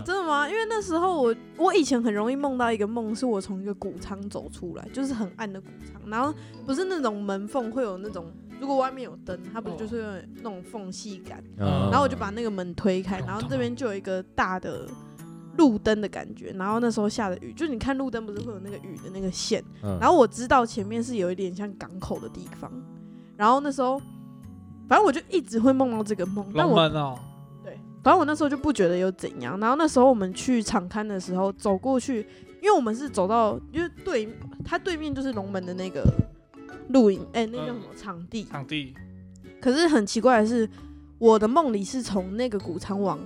[SPEAKER 1] 真的吗？因为那时候我我以前很容易梦到一个梦，是我从一个谷仓走出来，就是很暗的谷仓，然后不是那种门缝会有那种，如果外面有灯，它不是就是有那种缝隙感，
[SPEAKER 2] 嗯啊
[SPEAKER 1] 然后我就把那个门推开，
[SPEAKER 4] 懂
[SPEAKER 1] 然后
[SPEAKER 4] 懂
[SPEAKER 1] 这边就有一个大的路灯的感觉，然后那时候下的雨，就是你看路灯不是会有那个雨的那个线，
[SPEAKER 2] 嗯
[SPEAKER 1] 然后我知道前面是有一点像港口的地方，然后那时候，反正我就一直会梦到这个梦，但我
[SPEAKER 3] 龙门哦，
[SPEAKER 1] 反正我那时候就不觉得有怎样。然后那时候我们去场刊的时候走过去，因为我们是走到，因为对它对面就是龙门的那个露营，哎、
[SPEAKER 2] 嗯
[SPEAKER 1] 那叫什么场地？
[SPEAKER 3] 场地
[SPEAKER 1] 可是很奇怪的是，我的梦里是从那个谷仓往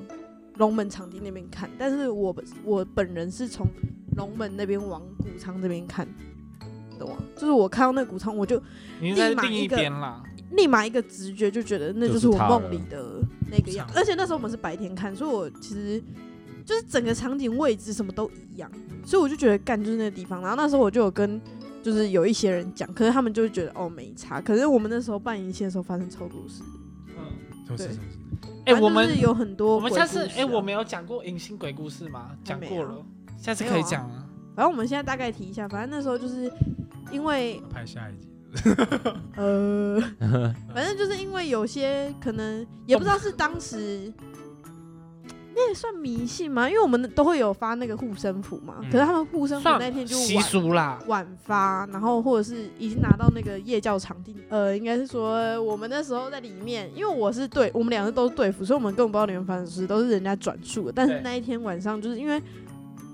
[SPEAKER 1] 龙门场地那边看，但是我我本人是从龙门那边往谷仓这边看，懂吗？就是我看到那谷仓，我就
[SPEAKER 3] 你是在
[SPEAKER 1] 立马
[SPEAKER 3] 另一
[SPEAKER 1] 一个
[SPEAKER 3] 边啦。
[SPEAKER 1] 立马一个直觉就觉得那就是我梦里的那个样子，而且那时候我们是白天看，所以我其实就是整个场景位置什么都一样，所以我就觉得干就是那个地方。然后那时候我就有跟就是有一些人讲，可是他们就会觉得哦没差。可是我们那时候办迎新的时候发生超多事，
[SPEAKER 3] 嗯，
[SPEAKER 4] 就是
[SPEAKER 1] 对
[SPEAKER 4] 是是
[SPEAKER 3] 哎，
[SPEAKER 1] 反正
[SPEAKER 3] 我
[SPEAKER 1] 就
[SPEAKER 3] 们
[SPEAKER 1] 是有很多
[SPEAKER 3] 我们下次哎，
[SPEAKER 1] 哎
[SPEAKER 3] 我没有讲过隐形鬼故事吗？讲
[SPEAKER 1] 没
[SPEAKER 3] 过
[SPEAKER 1] 有啊
[SPEAKER 3] 了，下次可以讲啊。
[SPEAKER 1] 反正我们现在大概提一下，反正那时候就是因为
[SPEAKER 4] 拍下一集。
[SPEAKER 1] 呃，反正就是因为有些可能也不知道是当时，那也算迷信吗？因为我们都会有发那个护身符嘛，
[SPEAKER 4] 嗯
[SPEAKER 1] 可是他们护身符
[SPEAKER 3] 算
[SPEAKER 1] 啊那天就
[SPEAKER 3] 习
[SPEAKER 1] 晚
[SPEAKER 3] 俗啦，
[SPEAKER 1] 晚发，然后或者是已经拿到那个夜教场地，呃，应该是说我们那时候在里面，因为我是对，我们两个都是队服，所以我们根本不知道里面发生什么事，都是人家转述的。但是
[SPEAKER 3] 对
[SPEAKER 1] 那一天晚上，就是因为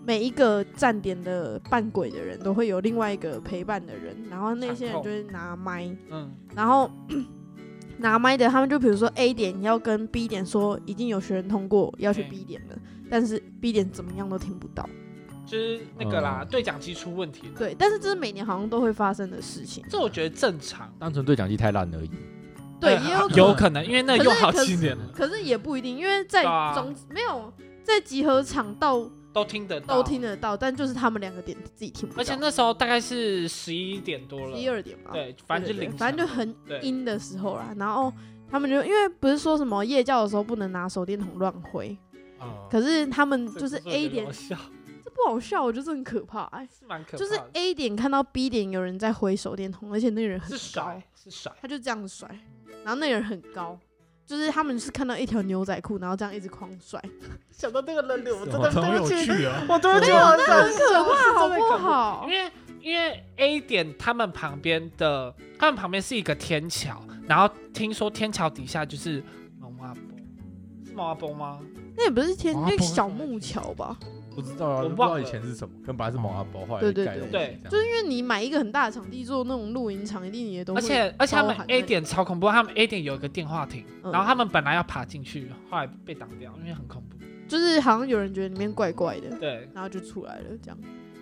[SPEAKER 1] 每一个站点的扮鬼的人都会有另外一个陪伴的人，然后那些人
[SPEAKER 3] 场控
[SPEAKER 1] 就会拿麦，
[SPEAKER 3] 嗯，
[SPEAKER 1] 然后 拿麦的他们就比如说 A 点要跟 B 点说已经有学员通过，要去
[SPEAKER 3] 嗯
[SPEAKER 1] B 点了，但是 B 点怎么样都听不到。
[SPEAKER 3] 就是那个啦，
[SPEAKER 2] 嗯
[SPEAKER 3] 对讲机出问题了，
[SPEAKER 1] 对，但是这是每年好像都会发生的事情。
[SPEAKER 3] 这我觉得正常。
[SPEAKER 2] 单纯对讲机太烂而已。
[SPEAKER 1] 对，
[SPEAKER 3] 呃
[SPEAKER 1] 也有可
[SPEAKER 3] 有可能，因为那
[SPEAKER 1] 可
[SPEAKER 3] 用
[SPEAKER 1] 是
[SPEAKER 3] 好
[SPEAKER 1] 可
[SPEAKER 3] 几
[SPEAKER 1] 是
[SPEAKER 3] 年了，
[SPEAKER 1] 可是也不一定，因为在
[SPEAKER 3] 对啊
[SPEAKER 1] 总、没有在集合场到
[SPEAKER 3] 都听得到，
[SPEAKER 1] 都听。得到，但就是他们两个点自己听不到，
[SPEAKER 3] 啊而且那时候大概是十一点多了，
[SPEAKER 1] 十一二点嘛，
[SPEAKER 3] 对，反正就
[SPEAKER 1] 对对
[SPEAKER 3] 零，
[SPEAKER 1] 反正就很
[SPEAKER 3] 对，
[SPEAKER 1] 阴的时候啦。然后他们就因为不是说什么夜教的时候不能拿手电筒乱挥，
[SPEAKER 3] 哦
[SPEAKER 4] 啊，
[SPEAKER 1] 可是他们就是 A 点
[SPEAKER 3] 笑，
[SPEAKER 1] 这不不好笑，我觉得这很可怕、哎，
[SPEAKER 3] 是蛮可怕的，
[SPEAKER 1] 就是 A 点看到 B 点有人在挥手电筒，而且那个人很
[SPEAKER 3] 是
[SPEAKER 1] 高
[SPEAKER 3] 甩，是甩，
[SPEAKER 1] 他就这样甩，然后那个人很高，就是他们是看到一条牛仔裤，然后这样一直狂甩，
[SPEAKER 3] 想到那个人流，我真
[SPEAKER 2] 怎
[SPEAKER 3] 的
[SPEAKER 2] 么
[SPEAKER 4] 怎么
[SPEAKER 3] 对
[SPEAKER 4] 有
[SPEAKER 3] 不起，
[SPEAKER 4] 趣啊？
[SPEAKER 3] 我啊对不起，我
[SPEAKER 1] 那很可怕，好
[SPEAKER 3] 真的可
[SPEAKER 1] 不
[SPEAKER 3] 怕
[SPEAKER 1] 好
[SPEAKER 3] 因？为因为 A 点他们旁边的，他们旁边是一个天桥，然后听说天桥底下就是毛阿波，是毛阿波吗？
[SPEAKER 1] 那也不是天，
[SPEAKER 4] 哇
[SPEAKER 1] 那个
[SPEAKER 4] 不会
[SPEAKER 1] 小
[SPEAKER 4] 放在
[SPEAKER 1] 木
[SPEAKER 4] 一起
[SPEAKER 1] 桥吧？
[SPEAKER 2] 不知道啊，
[SPEAKER 3] 我
[SPEAKER 2] 不知道
[SPEAKER 3] 忘
[SPEAKER 2] 以
[SPEAKER 3] 了
[SPEAKER 2] 前是什么，跟本来是毛阿宝，后来
[SPEAKER 1] 对对
[SPEAKER 2] 盖
[SPEAKER 1] 对
[SPEAKER 2] 东西
[SPEAKER 3] 对
[SPEAKER 2] 这样
[SPEAKER 1] 就是因为你买一个很大的场地做那种露营场，一定你也都会
[SPEAKER 3] 而且而且他们
[SPEAKER 1] 包含
[SPEAKER 3] A
[SPEAKER 1] 在
[SPEAKER 3] 点超恐怖，他们 A 点有一个电话亭，
[SPEAKER 1] 嗯
[SPEAKER 3] 然后他们本来要爬进去，后来被挡掉，因为很恐怖。
[SPEAKER 1] 就是好像有人觉得里面怪怪的，
[SPEAKER 3] 对，
[SPEAKER 1] 然后就出来了，这样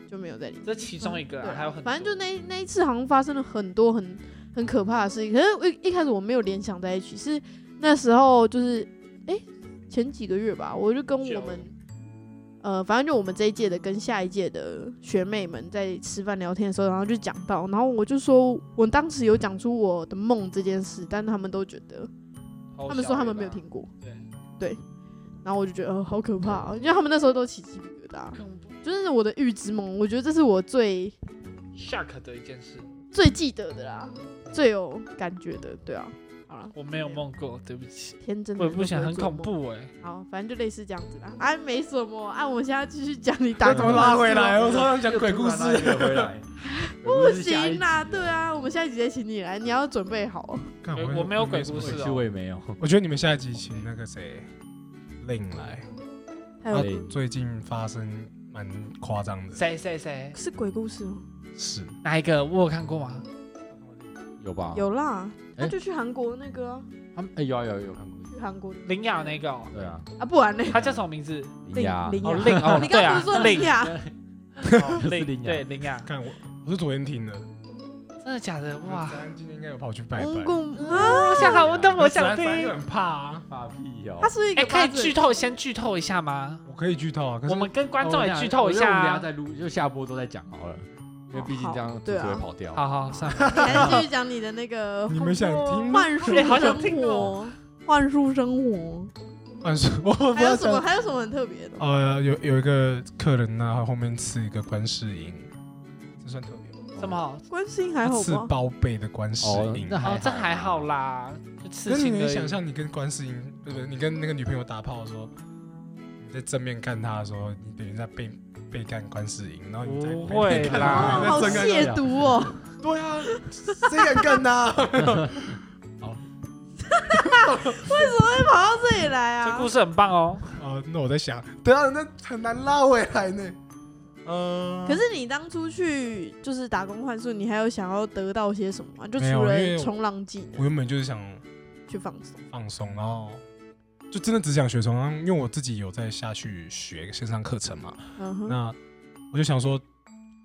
[SPEAKER 1] 就没有在里面。
[SPEAKER 3] 这其中一个、
[SPEAKER 1] 对
[SPEAKER 3] 啊，
[SPEAKER 1] 啊
[SPEAKER 3] 还有很多
[SPEAKER 1] 反正就那一那一次好像发生了很多很很可怕的事情，可是我一一开始我没有联想在一起，是那时候就是哎、诶前几个月吧，我就跟我们呃，反正就我们这一届的跟下一届的学妹们在吃饭聊天的时候，然后就讲到，然后我就说我当时有讲出我的梦这件事，但他们都觉得
[SPEAKER 3] 好
[SPEAKER 1] 他们说
[SPEAKER 3] 小
[SPEAKER 1] 他们没
[SPEAKER 3] 的
[SPEAKER 1] 有
[SPEAKER 3] 吧
[SPEAKER 1] 听过，
[SPEAKER 3] 对
[SPEAKER 1] 对，然后我就觉得、呃、好可怕、啊，因为他们那时候都起鸡皮疙瘩，
[SPEAKER 3] 恐怖
[SPEAKER 1] 就是我的预知梦，我觉得这是我最
[SPEAKER 3] shock 的一件事，
[SPEAKER 1] 最记得的啦，最有感觉的，对啊，好了，
[SPEAKER 3] 我没有梦过，对不起，
[SPEAKER 1] 天真的
[SPEAKER 3] 我也
[SPEAKER 1] 人
[SPEAKER 3] 不想，
[SPEAKER 1] 都
[SPEAKER 3] 很
[SPEAKER 1] 会做
[SPEAKER 3] 恐
[SPEAKER 1] 梦，
[SPEAKER 3] 怖哎、
[SPEAKER 1] 好，反正就类似这样子啦，啊，没什么，啊，我现在继续讲你 打
[SPEAKER 4] 这
[SPEAKER 2] 这怎
[SPEAKER 4] 怎么
[SPEAKER 2] 么
[SPEAKER 4] 拉
[SPEAKER 2] 拉
[SPEAKER 4] 回
[SPEAKER 1] 回
[SPEAKER 4] 来？
[SPEAKER 1] 来
[SPEAKER 4] 我
[SPEAKER 1] 我
[SPEAKER 4] 超
[SPEAKER 1] 超
[SPEAKER 4] 想讲
[SPEAKER 3] 哎
[SPEAKER 4] 鬼故事。
[SPEAKER 2] 回来，
[SPEAKER 1] 不行啦，对啊，我们下一集再请你来，你要准备好哦。
[SPEAKER 3] 我我没有鬼故
[SPEAKER 2] 鬼
[SPEAKER 3] 事
[SPEAKER 2] 去我也没有，
[SPEAKER 4] 我觉得你们下一集请那个谁，令来，
[SPEAKER 1] 还
[SPEAKER 4] 他
[SPEAKER 1] 有
[SPEAKER 2] 对
[SPEAKER 4] 最近发生蛮夸张的
[SPEAKER 3] 谁谁谁
[SPEAKER 1] 是鬼故事吗？
[SPEAKER 4] 事。
[SPEAKER 3] 哪一个我有看过吗？
[SPEAKER 2] 有吧？
[SPEAKER 1] 有啦，那
[SPEAKER 2] 诶
[SPEAKER 1] 就去韩国那个啊，
[SPEAKER 2] 他们哎有啊有啊有看过，
[SPEAKER 1] 去韩国
[SPEAKER 3] 林雅那个、哦，
[SPEAKER 2] 对啊，
[SPEAKER 1] 啊，不然呢？
[SPEAKER 3] 他叫什么名字？
[SPEAKER 2] 林雅
[SPEAKER 1] 林
[SPEAKER 3] 哦，
[SPEAKER 1] 雅
[SPEAKER 3] 令哦，
[SPEAKER 1] 你
[SPEAKER 3] 对
[SPEAKER 1] 刚刚不
[SPEAKER 3] 啊
[SPEAKER 1] 是说，
[SPEAKER 3] 令
[SPEAKER 1] 林雅？
[SPEAKER 3] 哦
[SPEAKER 2] 是
[SPEAKER 3] 令
[SPEAKER 2] 林雅
[SPEAKER 3] 对林雅，
[SPEAKER 4] 看我，我是昨天听的。
[SPEAKER 3] 真的假的？哇
[SPEAKER 4] 哇，！今天应该有跑去拜
[SPEAKER 1] 公
[SPEAKER 4] 拜。
[SPEAKER 1] 公啊，
[SPEAKER 3] 我想看，我但我
[SPEAKER 4] 子
[SPEAKER 3] 想
[SPEAKER 4] 安
[SPEAKER 3] 听。
[SPEAKER 4] 反正就很怕啊，
[SPEAKER 2] 发屁哦
[SPEAKER 1] 他是不是一
[SPEAKER 3] 哎，
[SPEAKER 1] 个
[SPEAKER 3] 可
[SPEAKER 1] 八
[SPEAKER 3] 以
[SPEAKER 1] 字
[SPEAKER 3] 剧透，先剧透一下吗？
[SPEAKER 4] 我可以剧透啊，可是
[SPEAKER 3] 我们跟观众也剧透一下
[SPEAKER 2] 我们等下
[SPEAKER 3] 啊。
[SPEAKER 2] 再录，就下播都在讲好了，因为毕竟这样主
[SPEAKER 1] 对
[SPEAKER 2] 角
[SPEAKER 1] 啊
[SPEAKER 2] 会跑掉。
[SPEAKER 3] 好好，算 了。
[SPEAKER 1] 你还继续讲你的那 个
[SPEAKER 4] 你们想听吗？
[SPEAKER 1] 幻术
[SPEAKER 3] 哎好想
[SPEAKER 1] 生
[SPEAKER 3] 听
[SPEAKER 1] 活
[SPEAKER 3] 哦，
[SPEAKER 1] 幻术生活，
[SPEAKER 4] 幻术，啊 我不
[SPEAKER 1] 还有
[SPEAKER 4] 要
[SPEAKER 1] 什么？
[SPEAKER 4] 讲。
[SPEAKER 1] 还有什么很特别的？
[SPEAKER 4] 呃，有有一个客人呢，他后面刺一个观世音，这算特别吗？
[SPEAKER 3] 什么？
[SPEAKER 1] 关心还
[SPEAKER 4] 他
[SPEAKER 1] 好
[SPEAKER 4] 刺
[SPEAKER 1] 吗？
[SPEAKER 4] 包背的观世
[SPEAKER 2] 哦，
[SPEAKER 4] 音。
[SPEAKER 2] 那还
[SPEAKER 3] 哦
[SPEAKER 2] 好，
[SPEAKER 3] 这还好啦，就
[SPEAKER 4] 可
[SPEAKER 3] 刺
[SPEAKER 4] 是你
[SPEAKER 3] 青
[SPEAKER 4] 能
[SPEAKER 3] 的。
[SPEAKER 4] 想象你跟观世音，不是你跟那个女朋友打炮的时候，你在正面干她的时候，你等于在背背干观世音，然后你在
[SPEAKER 3] 不会
[SPEAKER 4] 背干
[SPEAKER 1] 哦
[SPEAKER 3] 啦
[SPEAKER 4] 她
[SPEAKER 1] 好
[SPEAKER 4] 你在正干
[SPEAKER 1] 亵
[SPEAKER 4] 她
[SPEAKER 1] 渎 哦！
[SPEAKER 4] 对啊，谁敢干她？
[SPEAKER 1] 为什么会跑到这里来
[SPEAKER 3] 这
[SPEAKER 1] 啊
[SPEAKER 3] 故？事很棒哦。
[SPEAKER 4] 哦，那我在想，对啊，那很难拉回来呢。嗯，
[SPEAKER 1] 可是你当初去就是打工换宿，你还有想要得到些什么吗？就
[SPEAKER 4] 没有
[SPEAKER 1] 除
[SPEAKER 4] 因为
[SPEAKER 1] 了
[SPEAKER 4] 我
[SPEAKER 1] 冲浪技能
[SPEAKER 4] 我原本就是想
[SPEAKER 1] 去放松，
[SPEAKER 4] 放松，然后就真的只想学冲浪，因为我自己有在下去学线上课程嘛。
[SPEAKER 1] 嗯哼，
[SPEAKER 4] 那我就想说，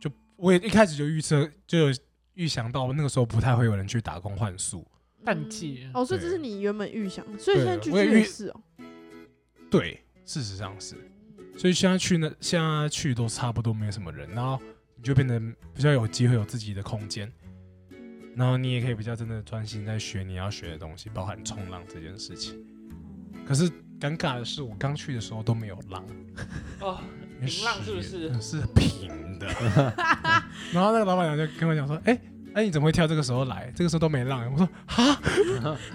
[SPEAKER 4] 就我也一开始就预测，就有预想到那个时候不太会有人去打工换宿。
[SPEAKER 3] 淡季
[SPEAKER 1] 嗯
[SPEAKER 3] 啊
[SPEAKER 1] 哦，所以这
[SPEAKER 4] 对
[SPEAKER 1] 是你原本预想的，所以
[SPEAKER 4] 对啊
[SPEAKER 1] 现在去
[SPEAKER 4] 我也
[SPEAKER 1] 也
[SPEAKER 4] 预
[SPEAKER 1] 是哦。
[SPEAKER 4] 对，事实上是，所以现在去呢，现在去都差不多没什么人，然后你就变得比较有机会有自己的空间，然后你也可以比较真的专心在学你要学的东西，包含冲浪这件事情。可是尴尬的是，我刚去的时候都没有浪，
[SPEAKER 3] 哦，
[SPEAKER 4] 因为
[SPEAKER 3] 平浪是不
[SPEAKER 4] 石
[SPEAKER 3] 是
[SPEAKER 4] 原是平 的。然后那个老板娘就跟我讲说：“哎、哎、你怎么会挑这个时候来？这个时候都没浪。”我说：“哈，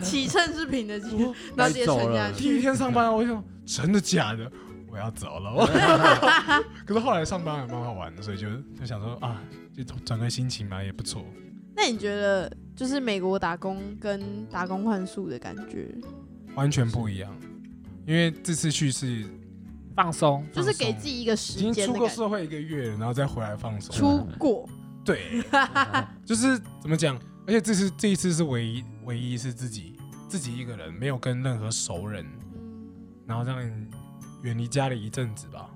[SPEAKER 1] 起秤是平的，起
[SPEAKER 4] 我
[SPEAKER 1] 然后直接沉下
[SPEAKER 4] 第一
[SPEAKER 1] 去。
[SPEAKER 4] 天上班，我就想真的假的，我要走了。 可是后来上班还蛮好玩的，所以就就想说啊，就转个心情嘛，也不错。
[SPEAKER 1] 那你觉得就是美国打工跟打工换宿的感觉，
[SPEAKER 4] 完全不一样，因为这次去是
[SPEAKER 3] 放松。
[SPEAKER 1] 就是给
[SPEAKER 4] 放松
[SPEAKER 1] 自己一个
[SPEAKER 4] 已
[SPEAKER 1] 时
[SPEAKER 4] 经
[SPEAKER 1] 间
[SPEAKER 4] 出
[SPEAKER 1] 的
[SPEAKER 4] 过
[SPEAKER 1] 感觉？
[SPEAKER 4] 社会一个月了，然后再回来放松。
[SPEAKER 1] 出过，
[SPEAKER 4] 对，就是怎么讲？而且这次这一次是唯一唯一是自己自己一个人，没有跟任何熟人，
[SPEAKER 1] 嗯
[SPEAKER 4] 然后让你远离家里一阵子吧，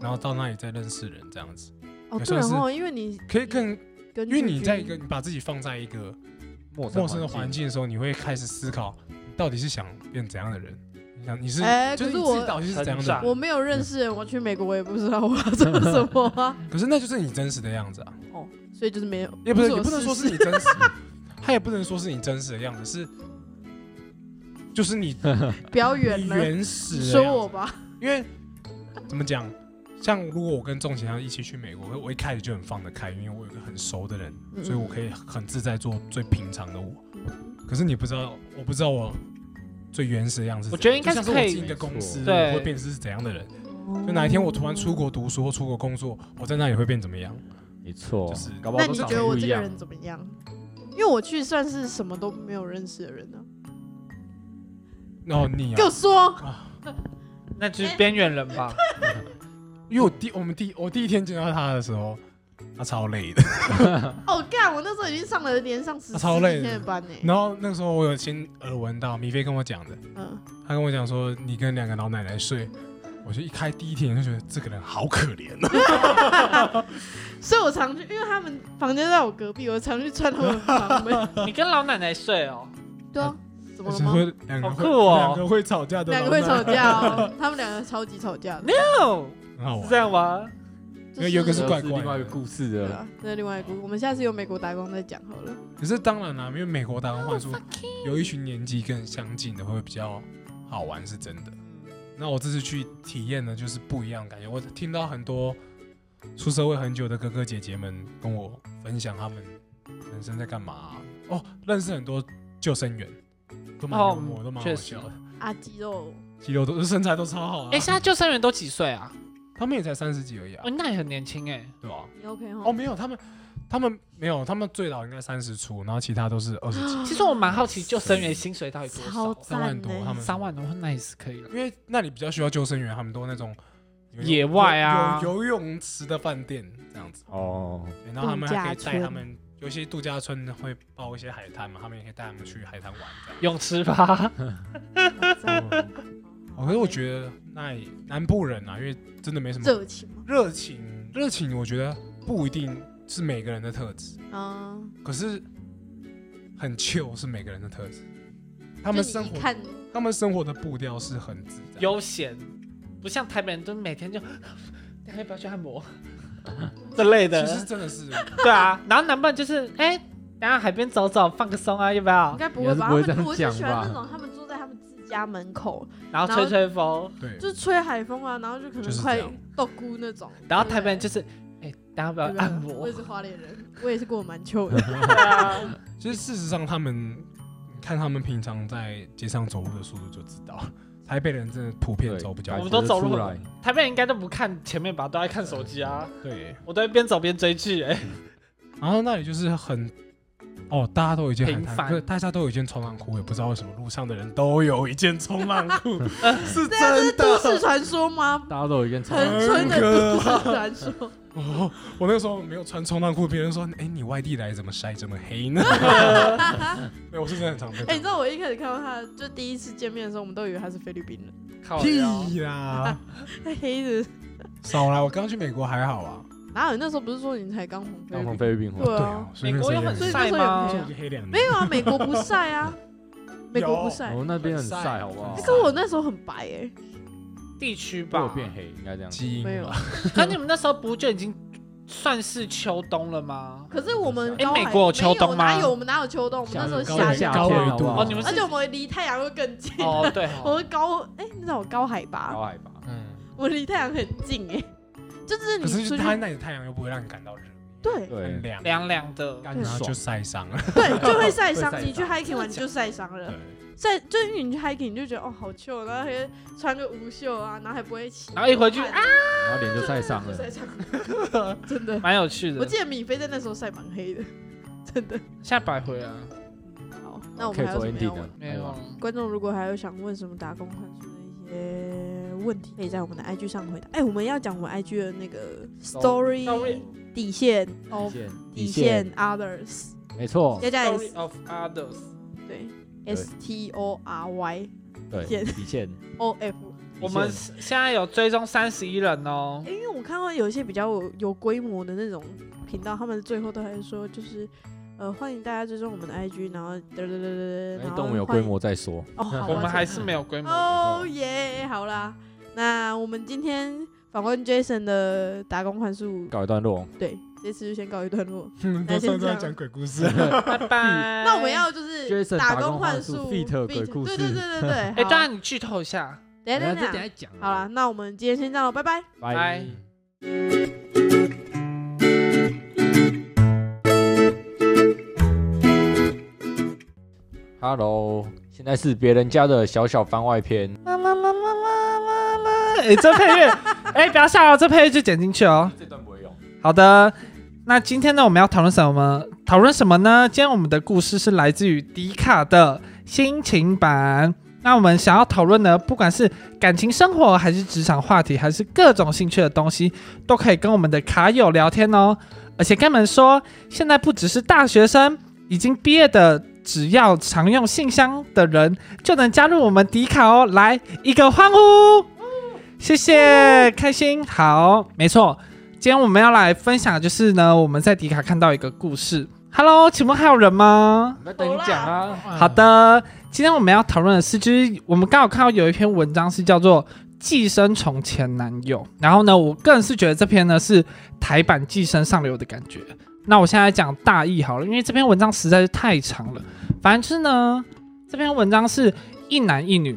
[SPEAKER 4] 然后到那里再认识人，这样子
[SPEAKER 1] 哦，
[SPEAKER 4] 也
[SPEAKER 1] 对
[SPEAKER 4] 算是
[SPEAKER 1] 哦，因为你
[SPEAKER 4] 可以更
[SPEAKER 1] 跟
[SPEAKER 4] 因为你
[SPEAKER 1] 俊
[SPEAKER 4] 在一
[SPEAKER 1] 君
[SPEAKER 4] 个你把自己放在一个
[SPEAKER 2] 陌
[SPEAKER 4] 陌生的环
[SPEAKER 2] 境，
[SPEAKER 4] 境的时候，你会开始思考，你到底是想变怎样的人？你想你是，
[SPEAKER 1] 哎
[SPEAKER 4] 就
[SPEAKER 1] 可
[SPEAKER 4] 是
[SPEAKER 1] 是
[SPEAKER 4] 你
[SPEAKER 1] 我
[SPEAKER 4] 自己到底是怎样
[SPEAKER 3] 成
[SPEAKER 4] 的
[SPEAKER 3] 长
[SPEAKER 4] 人？
[SPEAKER 1] 我没有认识人，我去美国我也不知道我要做什么 啊，
[SPEAKER 4] 可是那就是你真实的样子啊，
[SPEAKER 1] 哦，所以就是没有，
[SPEAKER 4] 也不是
[SPEAKER 1] 我
[SPEAKER 4] 也不能
[SPEAKER 1] 事
[SPEAKER 4] 说
[SPEAKER 1] 实
[SPEAKER 4] 是你真实，他也不能说是你真实的样子，是就是你
[SPEAKER 1] 不要
[SPEAKER 4] 你
[SPEAKER 1] 远了，
[SPEAKER 4] 原始
[SPEAKER 1] 你
[SPEAKER 4] 的
[SPEAKER 1] 说我
[SPEAKER 4] 样子，
[SPEAKER 1] 吧，
[SPEAKER 4] 因为怎么讲？像如果我跟仲贤要一起去美国，我一开始就很放得开，因为我有个很熟的人，
[SPEAKER 1] 嗯
[SPEAKER 4] 所以我可以很自在做最平常的我。可是你不知道，我不知道我最原始的样子
[SPEAKER 3] 我
[SPEAKER 4] 怎样。
[SPEAKER 3] 觉得应该
[SPEAKER 4] 就是像是
[SPEAKER 3] 可
[SPEAKER 4] 我
[SPEAKER 3] 以
[SPEAKER 4] 进一个公司，
[SPEAKER 2] 没
[SPEAKER 3] 错对
[SPEAKER 4] 我会变成是怎样的人？就哪一天我突然出国读书或出国工作，我在那里会变怎么样？
[SPEAKER 2] 没错，
[SPEAKER 4] 就是
[SPEAKER 2] 搞不
[SPEAKER 1] 那
[SPEAKER 2] 好
[SPEAKER 1] 你
[SPEAKER 2] 都
[SPEAKER 1] 觉
[SPEAKER 2] 长
[SPEAKER 1] 得
[SPEAKER 2] 得
[SPEAKER 1] 我这
[SPEAKER 2] 不一
[SPEAKER 1] 个
[SPEAKER 2] 样。
[SPEAKER 1] 人怎么样？因为我去算是什么都没有认识的人呢、
[SPEAKER 4] 然后你
[SPEAKER 1] 给
[SPEAKER 4] 啊
[SPEAKER 1] 我，说，
[SPEAKER 3] 那就是边缘人吧。
[SPEAKER 4] 因为我第我们第我第一天见到他的时候，他超累的。
[SPEAKER 1] 哦，干，我那时候已经上了连上十
[SPEAKER 4] 啊超累
[SPEAKER 1] 十几天的班呢、欸
[SPEAKER 4] 然后那个时候我有先耳闻到米菲跟我讲的，
[SPEAKER 1] 嗯，
[SPEAKER 4] 他跟我讲说你跟两个老奶奶睡，我就一开第一天眼就觉得这个人好可怜啊。
[SPEAKER 1] 所以我常去，因为他们房间在我隔壁，我常去串他们房 门。
[SPEAKER 3] 你跟老奶奶睡哦，
[SPEAKER 1] 对啊，怎么了
[SPEAKER 4] 就是
[SPEAKER 1] 吗？
[SPEAKER 4] 会两个
[SPEAKER 3] 好
[SPEAKER 4] 会
[SPEAKER 3] 酷哦
[SPEAKER 4] 两个会吵架的老
[SPEAKER 1] 两个
[SPEAKER 4] 奶奶，
[SPEAKER 1] 会吵架 哦，他们两个超级吵架的。
[SPEAKER 3] 哦，
[SPEAKER 4] 很好
[SPEAKER 3] 是这
[SPEAKER 4] 玩。
[SPEAKER 3] 样吗？
[SPEAKER 1] 就是
[SPEAKER 4] 有一个
[SPEAKER 2] 这
[SPEAKER 4] 是怪怪的
[SPEAKER 2] 另外一个故事
[SPEAKER 1] 对
[SPEAKER 2] 的，
[SPEAKER 1] 啊，这是另外一个故事。我们下次有美国打工再讲好了。
[SPEAKER 4] 可是当然啦，
[SPEAKER 3] Oh,
[SPEAKER 4] 因为美国打工换宿有一群年纪更相近的会比较好玩，是真的。那我这次去体验呢，就是不一样的感觉。我听到很多出社会很久的哥哥姐姐们跟我分享他们人生在干嘛啊、哦，认识很多救生员，都蛮幽
[SPEAKER 3] 哦
[SPEAKER 4] 默，都蛮好
[SPEAKER 3] 确实
[SPEAKER 4] 笑的，
[SPEAKER 1] 啊，肌肉，
[SPEAKER 4] 肌肉都身材都超好、啊。
[SPEAKER 3] 哎，现在救生员都几岁啊？
[SPEAKER 4] 他们也才三十几而已啊
[SPEAKER 3] 哦，，那也很年轻哎。
[SPEAKER 4] 对吧、
[SPEAKER 1] 你 OK
[SPEAKER 4] 哦，
[SPEAKER 1] 哦？
[SPEAKER 4] 没有，他们他们没有，他们最早应该三十出，然后其他都是二十几，
[SPEAKER 3] 其实我蛮好奇救生员薪水到底多
[SPEAKER 1] 超
[SPEAKER 3] 少，
[SPEAKER 4] 三万
[SPEAKER 1] 赞
[SPEAKER 4] 多
[SPEAKER 1] 呢、，
[SPEAKER 4] 他们
[SPEAKER 3] 三万多那也是可以了。
[SPEAKER 4] 因为那里比较需要救生员，他们都那种有
[SPEAKER 3] 野外啊
[SPEAKER 4] 有有游泳池的饭店这样子，
[SPEAKER 2] 哦，
[SPEAKER 4] 对然后他们
[SPEAKER 1] 度
[SPEAKER 4] 还可以
[SPEAKER 1] 假
[SPEAKER 4] 带
[SPEAKER 1] 村
[SPEAKER 4] 他们，有些度假村会包一些海滩嘛，他们也可以带他们去海滩玩这样。
[SPEAKER 3] 泳池吧，
[SPEAKER 1] 好赞
[SPEAKER 4] 哦，可是我觉得那里南部人啊，因为真的没什么
[SPEAKER 1] 热情嘛，
[SPEAKER 4] 热情，热情我觉得不一定是每个人的特质，
[SPEAKER 1] 嗯，
[SPEAKER 4] 可是很 chill 是每个人的特质，他
[SPEAKER 1] 他
[SPEAKER 4] 们生活
[SPEAKER 1] 看
[SPEAKER 4] 他们生活的步调是很自在。
[SPEAKER 3] 悠闲，不像台北人都每天就， 要不要去按摩之类的
[SPEAKER 4] 其。实真的是，
[SPEAKER 3] 对啊，然后南半就是哎，等下海边走走，放个松啊，要不
[SPEAKER 1] 应
[SPEAKER 3] 要？
[SPEAKER 1] 该不会吧？
[SPEAKER 2] 你还是不
[SPEAKER 1] 他们我
[SPEAKER 2] 会这
[SPEAKER 1] 就
[SPEAKER 2] 样
[SPEAKER 1] 喜
[SPEAKER 2] 讲吧
[SPEAKER 1] 欢那种他们坐在他们自家门口，
[SPEAKER 3] 然后吹吹风，
[SPEAKER 4] 对，
[SPEAKER 1] 就是吹海风啊，然后就可
[SPEAKER 4] 就
[SPEAKER 1] 能
[SPEAKER 4] 是这
[SPEAKER 1] 快
[SPEAKER 4] 样
[SPEAKER 1] 豆菇那种。
[SPEAKER 3] 然后台北人
[SPEAKER 1] 对
[SPEAKER 3] 就是哎，等下要不
[SPEAKER 1] 不对
[SPEAKER 3] 要按
[SPEAKER 1] 对吧
[SPEAKER 3] 摩
[SPEAKER 1] 我也？是花莲人，我也是过得蛮秋 的。
[SPEAKER 3] 对啊
[SPEAKER 4] 其实事实上他们，你看他们平常在街上走路的速度就知道，台北人真的普遍
[SPEAKER 2] 对
[SPEAKER 4] 走比较
[SPEAKER 2] 感
[SPEAKER 3] 我们。
[SPEAKER 4] 慢
[SPEAKER 3] 都
[SPEAKER 2] 觉
[SPEAKER 3] 走路
[SPEAKER 2] 出
[SPEAKER 3] 很
[SPEAKER 2] 来，
[SPEAKER 3] 台北人应该都不看前面吧，都在看手机啊。
[SPEAKER 4] 对，
[SPEAKER 3] 我都会边走边追剧，哎，
[SPEAKER 4] 然后那里就是很，哦，大家都有一件海
[SPEAKER 3] 平
[SPEAKER 4] 滩，
[SPEAKER 3] 凡
[SPEAKER 4] 不是大家都有一件冲浪裤，我也不知道为什么路上的人都有一件冲浪裤，是
[SPEAKER 1] 这样是
[SPEAKER 4] 真
[SPEAKER 1] 都市
[SPEAKER 4] 的。
[SPEAKER 1] 传说吗？
[SPEAKER 2] 大家都有一根长
[SPEAKER 1] 很纯的都市
[SPEAKER 4] 很
[SPEAKER 1] 传说。
[SPEAKER 4] 哦，我那时候没有穿冲浪裤，别人说，哎，你外地来怎么晒这么黑呢？ 没有，我是真的很常被
[SPEAKER 1] 哎、你知道我一开始看到他，就第一次见面的时候，我们都以为他是菲律宾人，
[SPEAKER 3] 靠腰
[SPEAKER 4] 屁啦，
[SPEAKER 1] 他黑的。
[SPEAKER 4] 少来，我刚去美国还好啊。
[SPEAKER 1] 哪有？那时候不是说你才刚红菲
[SPEAKER 2] 刚
[SPEAKER 1] 律
[SPEAKER 2] 从
[SPEAKER 1] 宾？
[SPEAKER 2] 菲律宾回来，
[SPEAKER 1] 对啊
[SPEAKER 4] 啊，，随
[SPEAKER 3] 美
[SPEAKER 4] 便
[SPEAKER 3] 国
[SPEAKER 4] 谁
[SPEAKER 3] 有
[SPEAKER 4] 也
[SPEAKER 3] 很
[SPEAKER 1] 所以
[SPEAKER 3] 晒吗
[SPEAKER 1] 那时？候
[SPEAKER 4] 就黑两
[SPEAKER 1] 没有啊，美国不晒啊，美国不晒。
[SPEAKER 2] 哦，那边很
[SPEAKER 4] 很晒
[SPEAKER 2] 晒，好不好
[SPEAKER 4] 很？晒
[SPEAKER 1] 哎可我那时候很白哎、
[SPEAKER 3] 地区
[SPEAKER 2] 被我
[SPEAKER 1] 啊
[SPEAKER 3] 吧。
[SPEAKER 2] 变黑，应该这样。
[SPEAKER 4] 基因
[SPEAKER 1] 没有
[SPEAKER 4] 吧。
[SPEAKER 3] 可你们那时候不就已经算是秋冬了吗？
[SPEAKER 1] 可是我们
[SPEAKER 3] 哎
[SPEAKER 1] 高
[SPEAKER 3] 美
[SPEAKER 1] 海
[SPEAKER 3] 国有秋冬吗
[SPEAKER 1] 没有哪有？我们哪有秋冬？我们那时候
[SPEAKER 4] 高
[SPEAKER 1] 夏
[SPEAKER 4] 纬
[SPEAKER 1] 天，
[SPEAKER 4] 高纬
[SPEAKER 2] 好不好
[SPEAKER 4] 度
[SPEAKER 3] 哦你们
[SPEAKER 1] 而且我啊们离太阳会更近。
[SPEAKER 3] 哦，对哦，
[SPEAKER 1] 我们高哎、你知道我高海拔，
[SPEAKER 2] 高海拔，
[SPEAKER 4] 嗯，
[SPEAKER 1] 我离太阳很近哎、就是你
[SPEAKER 4] 可是
[SPEAKER 1] 出
[SPEAKER 4] 就
[SPEAKER 1] 去
[SPEAKER 4] 它那里的太阳又不会让你感到热，
[SPEAKER 1] 对
[SPEAKER 2] 对
[SPEAKER 4] 很，凉，
[SPEAKER 3] 凉凉的，
[SPEAKER 2] 干
[SPEAKER 4] 然后就
[SPEAKER 2] 爽，
[SPEAKER 4] 晒伤了。
[SPEAKER 1] 对就 会晒
[SPEAKER 2] 会晒
[SPEAKER 1] 伤。
[SPEAKER 2] 伤
[SPEAKER 1] 你去 hiking 完你就晒伤了，晒就是你去 hiking 你就觉得哦好糗，然后还穿个无袖啊，然后还不会起，
[SPEAKER 3] 然后一回去啊，
[SPEAKER 2] 然后脸就晒伤
[SPEAKER 1] 就晒
[SPEAKER 2] 了。
[SPEAKER 1] 伤，真 的。
[SPEAKER 3] 蛮有趣
[SPEAKER 1] 我
[SPEAKER 3] 的。
[SPEAKER 1] 记得米菲在那时候晒蛮黑的，真的。
[SPEAKER 3] 下百回啊，
[SPEAKER 1] 好，那我
[SPEAKER 2] 可
[SPEAKER 1] 们还
[SPEAKER 2] 以
[SPEAKER 1] 有什
[SPEAKER 2] 做
[SPEAKER 1] 么要
[SPEAKER 2] ending
[SPEAKER 1] 问
[SPEAKER 2] 了？，
[SPEAKER 3] 没有啊，
[SPEAKER 1] 观众如果还有想问什么打工换宿的一些问题，可以在我们的 IG 上回答。哎、我们要讲我们 IG 的那个 story 底线
[SPEAKER 3] 哦
[SPEAKER 1] of
[SPEAKER 2] 线
[SPEAKER 1] 底线 others，
[SPEAKER 2] 没错，
[SPEAKER 1] 加加
[SPEAKER 3] Story
[SPEAKER 1] s
[SPEAKER 3] of others，
[SPEAKER 1] 对
[SPEAKER 2] 对
[SPEAKER 1] s t o r y
[SPEAKER 2] 对
[SPEAKER 1] 线
[SPEAKER 2] 底线。
[SPEAKER 1] o f。
[SPEAKER 3] 我们
[SPEAKER 2] 底线
[SPEAKER 3] 现在有追踪三十一人哦
[SPEAKER 1] 哎，因为我看到有一些比较有有规模的那种频道，他们最后都还说就是。呃，欢迎大家追踪我们的 IG，然后嘚嘚嘚嘚嘚，
[SPEAKER 2] 哎
[SPEAKER 1] 然后
[SPEAKER 2] 等我们有
[SPEAKER 1] 欢
[SPEAKER 2] 规
[SPEAKER 1] 迎
[SPEAKER 2] 模再说。
[SPEAKER 1] 哦，好，
[SPEAKER 3] 我们还是没有规模。
[SPEAKER 1] 哦耶，好啦，那我们今天访问 Jason 的打工换宿，
[SPEAKER 2] 告一 段落，
[SPEAKER 1] 对，这次就先告一段落。
[SPEAKER 4] 嗯，
[SPEAKER 1] 那
[SPEAKER 4] 都
[SPEAKER 1] 先
[SPEAKER 4] 算
[SPEAKER 1] 这样
[SPEAKER 4] 在讲鬼故事。
[SPEAKER 3] 拜拜。
[SPEAKER 1] 那我们要就是
[SPEAKER 2] Jason 打
[SPEAKER 1] 工
[SPEAKER 2] 工
[SPEAKER 1] 换
[SPEAKER 2] 换宿 feat 鬼故
[SPEAKER 1] 对
[SPEAKER 2] 事
[SPEAKER 1] 对对对对。哎
[SPEAKER 3] 哎，当然你剧透一下，
[SPEAKER 1] 等一下等一
[SPEAKER 2] 等
[SPEAKER 1] 下，
[SPEAKER 2] 下讲。
[SPEAKER 1] 好啦，，那我们今天先这样咯，拜拜。
[SPEAKER 2] 拜
[SPEAKER 3] 拜。
[SPEAKER 2] Hello，现在是别人家的小小番外篇。
[SPEAKER 3] 妈妈妈妈妈妈妈！哎，这配乐，哎，不要笑哦，这配乐就剪进去哦。
[SPEAKER 2] 这段不会用。
[SPEAKER 3] 好的，那今天呢，我们要讨论什么？讨论什么呢？今天我们的故事是来自于迪卡的心情版。那我们想要讨论呢，不管是感情生活，还是职场话题，还是各种兴趣的东西，都可以跟我们的卡友聊天哦。而且跟你们说，现在不只是大学生，已经毕业的，只要常用信箱的人，就能加入我们迪卡哦。来，一个欢呼！谢谢，开心。好，没错，今天我们要来分享，就是呢，我们在迪卡看到一个故事。Hello，请问还有人吗？
[SPEAKER 2] 那等你讲啊。
[SPEAKER 4] 嗯
[SPEAKER 3] 好的，今天我们要讨论的是，就是我们刚好看到有一篇文章是叫做《寄生虫前男友》，然后呢，我个人是觉得这篇呢是台版《寄生上流》的感觉。那我现在讲大意好了，因为这篇文章实在是太长了。反正就是呢，这篇文章是一男一女，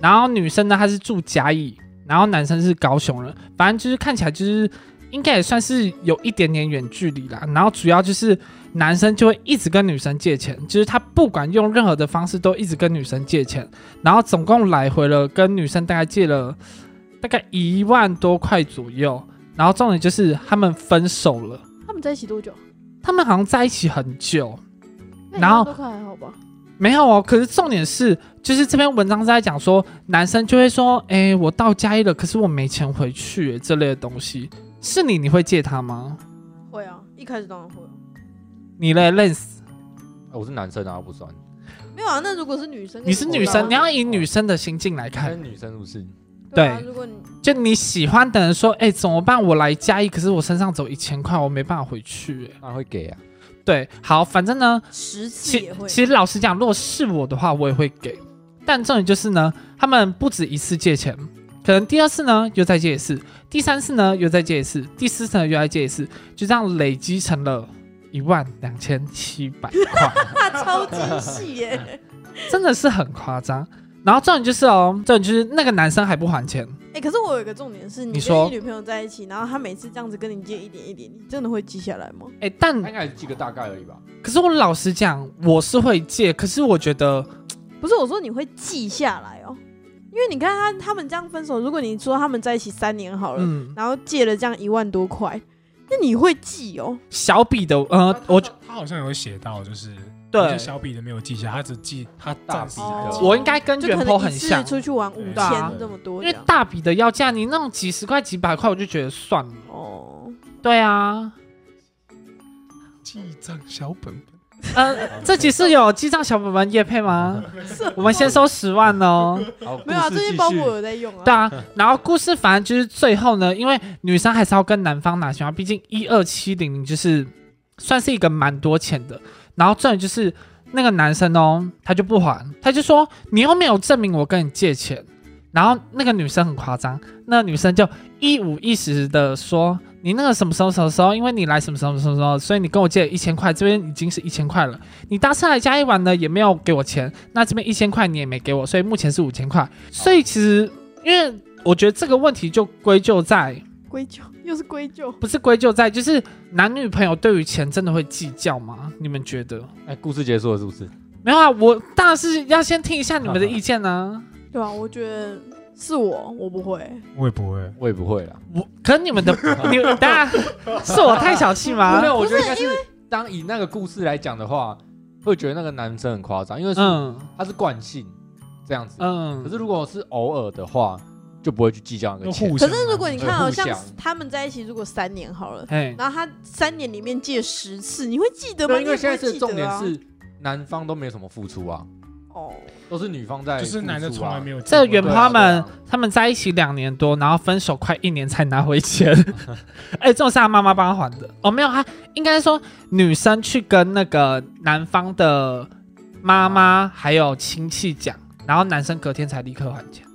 [SPEAKER 3] 然后女生呢她是住甲乙，然后男生是高雄人，反正就是看起来就是应该也算是有一点点远距离啦。然后主要就是男生就会一直跟女生借钱，就是他不管用任何的方式都一直跟女生借钱，然后总共来回了跟女生大概借了大概一万多块左右。然后重点就是他们分手了，
[SPEAKER 1] 他们在一起多久？
[SPEAKER 3] 他们好像在一起很久，
[SPEAKER 1] 那
[SPEAKER 3] 然后
[SPEAKER 1] 一万多块还好吧？
[SPEAKER 3] 没有哦，可是重点是，就是这篇文章是在讲说，男生就会说，哎、我到家一了，可是我没钱回去耶这类的东西。是你，你会借他吗？
[SPEAKER 1] 会啊，一开始当然会、啊。
[SPEAKER 3] 你嘞，Lens，
[SPEAKER 2] 啊我是男生啊，不算。
[SPEAKER 1] 没有啊，那如果是女生跟，
[SPEAKER 3] 你是女
[SPEAKER 2] 我知道
[SPEAKER 3] 生，你要以女生的心境来
[SPEAKER 2] 看
[SPEAKER 3] 看，
[SPEAKER 2] 女生是不是？
[SPEAKER 1] 对啊，
[SPEAKER 3] 对
[SPEAKER 1] 如果你
[SPEAKER 3] 就你喜欢的人说，哎、怎么办？我来嘉义，可是我身上只有一千块，我没办法回去耶。
[SPEAKER 2] 当然会给啊。
[SPEAKER 3] 对，好，反正呢，
[SPEAKER 1] 十次
[SPEAKER 3] 其
[SPEAKER 1] 也会，
[SPEAKER 3] 其实老实讲，如果是我的话，我也会给。但重点就是呢，他们不止一次借钱，可能第二次呢又再借一次，第三次呢又再借一次，第四次呢又再借一次，就这样累积成了一万两千七百块，
[SPEAKER 1] 他超精细耶。
[SPEAKER 3] 真的是很夸张。然后重点就是哦，重点就是那个男生还不还钱，
[SPEAKER 1] 哎、可是我有一个重点是，你
[SPEAKER 3] 你
[SPEAKER 1] 跟
[SPEAKER 3] 说
[SPEAKER 1] 你女朋友在一起，然后她每次这样子跟你借一点一点，你真的会记下来吗？
[SPEAKER 3] 哎，但
[SPEAKER 2] 他应该只记个大概而已吧。
[SPEAKER 3] 可是我老实讲，我是会借，可是我觉得
[SPEAKER 1] 不是，我说你会记下来哦，因为你看他他们这样分手，如果你说他们在一起三年好了，
[SPEAKER 3] 嗯，
[SPEAKER 1] 然后借了这样一万多块，那你会记哦？
[SPEAKER 3] 小笔的，呃，我觉
[SPEAKER 4] 他好像有写到，就是有些
[SPEAKER 3] 对
[SPEAKER 4] 小笔的没有记下，他只记他
[SPEAKER 2] 大
[SPEAKER 4] 大
[SPEAKER 2] 笔
[SPEAKER 4] 笔
[SPEAKER 2] 的
[SPEAKER 1] 哦
[SPEAKER 3] 我应该跟
[SPEAKER 1] 就
[SPEAKER 3] 元
[SPEAKER 1] 可
[SPEAKER 3] 坡
[SPEAKER 1] 能
[SPEAKER 3] 很
[SPEAKER 1] 一次
[SPEAKER 3] 像，
[SPEAKER 1] 出去玩五
[SPEAKER 4] 对
[SPEAKER 3] 啊
[SPEAKER 1] 千这么多这
[SPEAKER 3] 因为
[SPEAKER 1] 样，
[SPEAKER 3] 大笔的要价，你那种几十块、几百块，我就觉得算了。
[SPEAKER 1] 哦，
[SPEAKER 3] 对啊，
[SPEAKER 4] 记账小本本。
[SPEAKER 3] 呃，这集是有记账小本本叶配吗？
[SPEAKER 1] 是
[SPEAKER 3] 我们先收十万哦。
[SPEAKER 2] 好，
[SPEAKER 1] 没有啊，
[SPEAKER 2] 故事
[SPEAKER 1] 最近
[SPEAKER 2] 继
[SPEAKER 1] 包
[SPEAKER 2] 续
[SPEAKER 1] 裹有在用啊，
[SPEAKER 3] 对啊，然后故事反正就是最后呢，因为女生还是要跟男方拿钱嘛，毕竟一二七零就是算是一个蛮多钱的。然后重点就是那个男生哦，他就不还，他就说你又没有证明我跟你借钱。然后那个女生很夸张，那个女生就一五一十的说你那个什么时候什么时候，因为你来什么什么什么时候，所以你跟我借一千块，这边已经是一千块了。你搭车来嘉义玩呢，也没有给我钱，那这边一千块你也没给我，所以目前是五千块。所以其实，因为我觉得这个问题就归咎在，
[SPEAKER 1] 归咎又是归咎，
[SPEAKER 3] 不是归咎在，就是男女朋友对于钱真的会计较吗？你们觉得？
[SPEAKER 2] 哎，故事结束了是不是？
[SPEAKER 3] 没有啊，我当然是要先听一下你们的意见呢、
[SPEAKER 1] 对啊，我觉得是我，我不会，
[SPEAKER 4] 我也不会，
[SPEAKER 2] 我也不会啦。
[SPEAKER 3] 我可你 们的，你大家是我太小气吗
[SPEAKER 2] 没？ 有，我觉得应啊该是当以那个故事来讲的话，会觉得那个男生很夸张，因为是
[SPEAKER 3] 嗯
[SPEAKER 2] 他是惯性这样子。可
[SPEAKER 3] 嗯，
[SPEAKER 2] 是如果是偶尔的话，就不会去计较那个
[SPEAKER 4] 那
[SPEAKER 2] 钱
[SPEAKER 4] 互。
[SPEAKER 1] 可
[SPEAKER 4] 相啊。
[SPEAKER 1] 是如果你看哦，
[SPEAKER 2] 对互
[SPEAKER 1] 像
[SPEAKER 2] 相
[SPEAKER 1] 他们在一起如果三年好了。
[SPEAKER 3] 哎，
[SPEAKER 1] 然后他三年里面借十次，你会记得吗？啊
[SPEAKER 2] 对，因为现在
[SPEAKER 1] 是
[SPEAKER 2] 是重点是男方都没有什么付出啊，
[SPEAKER 1] 哦，
[SPEAKER 2] 都是女方在
[SPEAKER 4] 就
[SPEAKER 2] 付出啊，
[SPEAKER 4] 是男的从来没有见
[SPEAKER 3] 这
[SPEAKER 4] 过
[SPEAKER 3] 个原
[SPEAKER 2] 对啊
[SPEAKER 3] 他
[SPEAKER 2] 对
[SPEAKER 3] 们
[SPEAKER 2] 啊
[SPEAKER 3] 他们在一起两年多，然后分手快一年才拿回钱， 哎、这种是他妈妈帮他还的。哦，没有，他应该说女生去跟那个男方的妈妈还有亲戚讲，然后男生隔天才立刻还钱。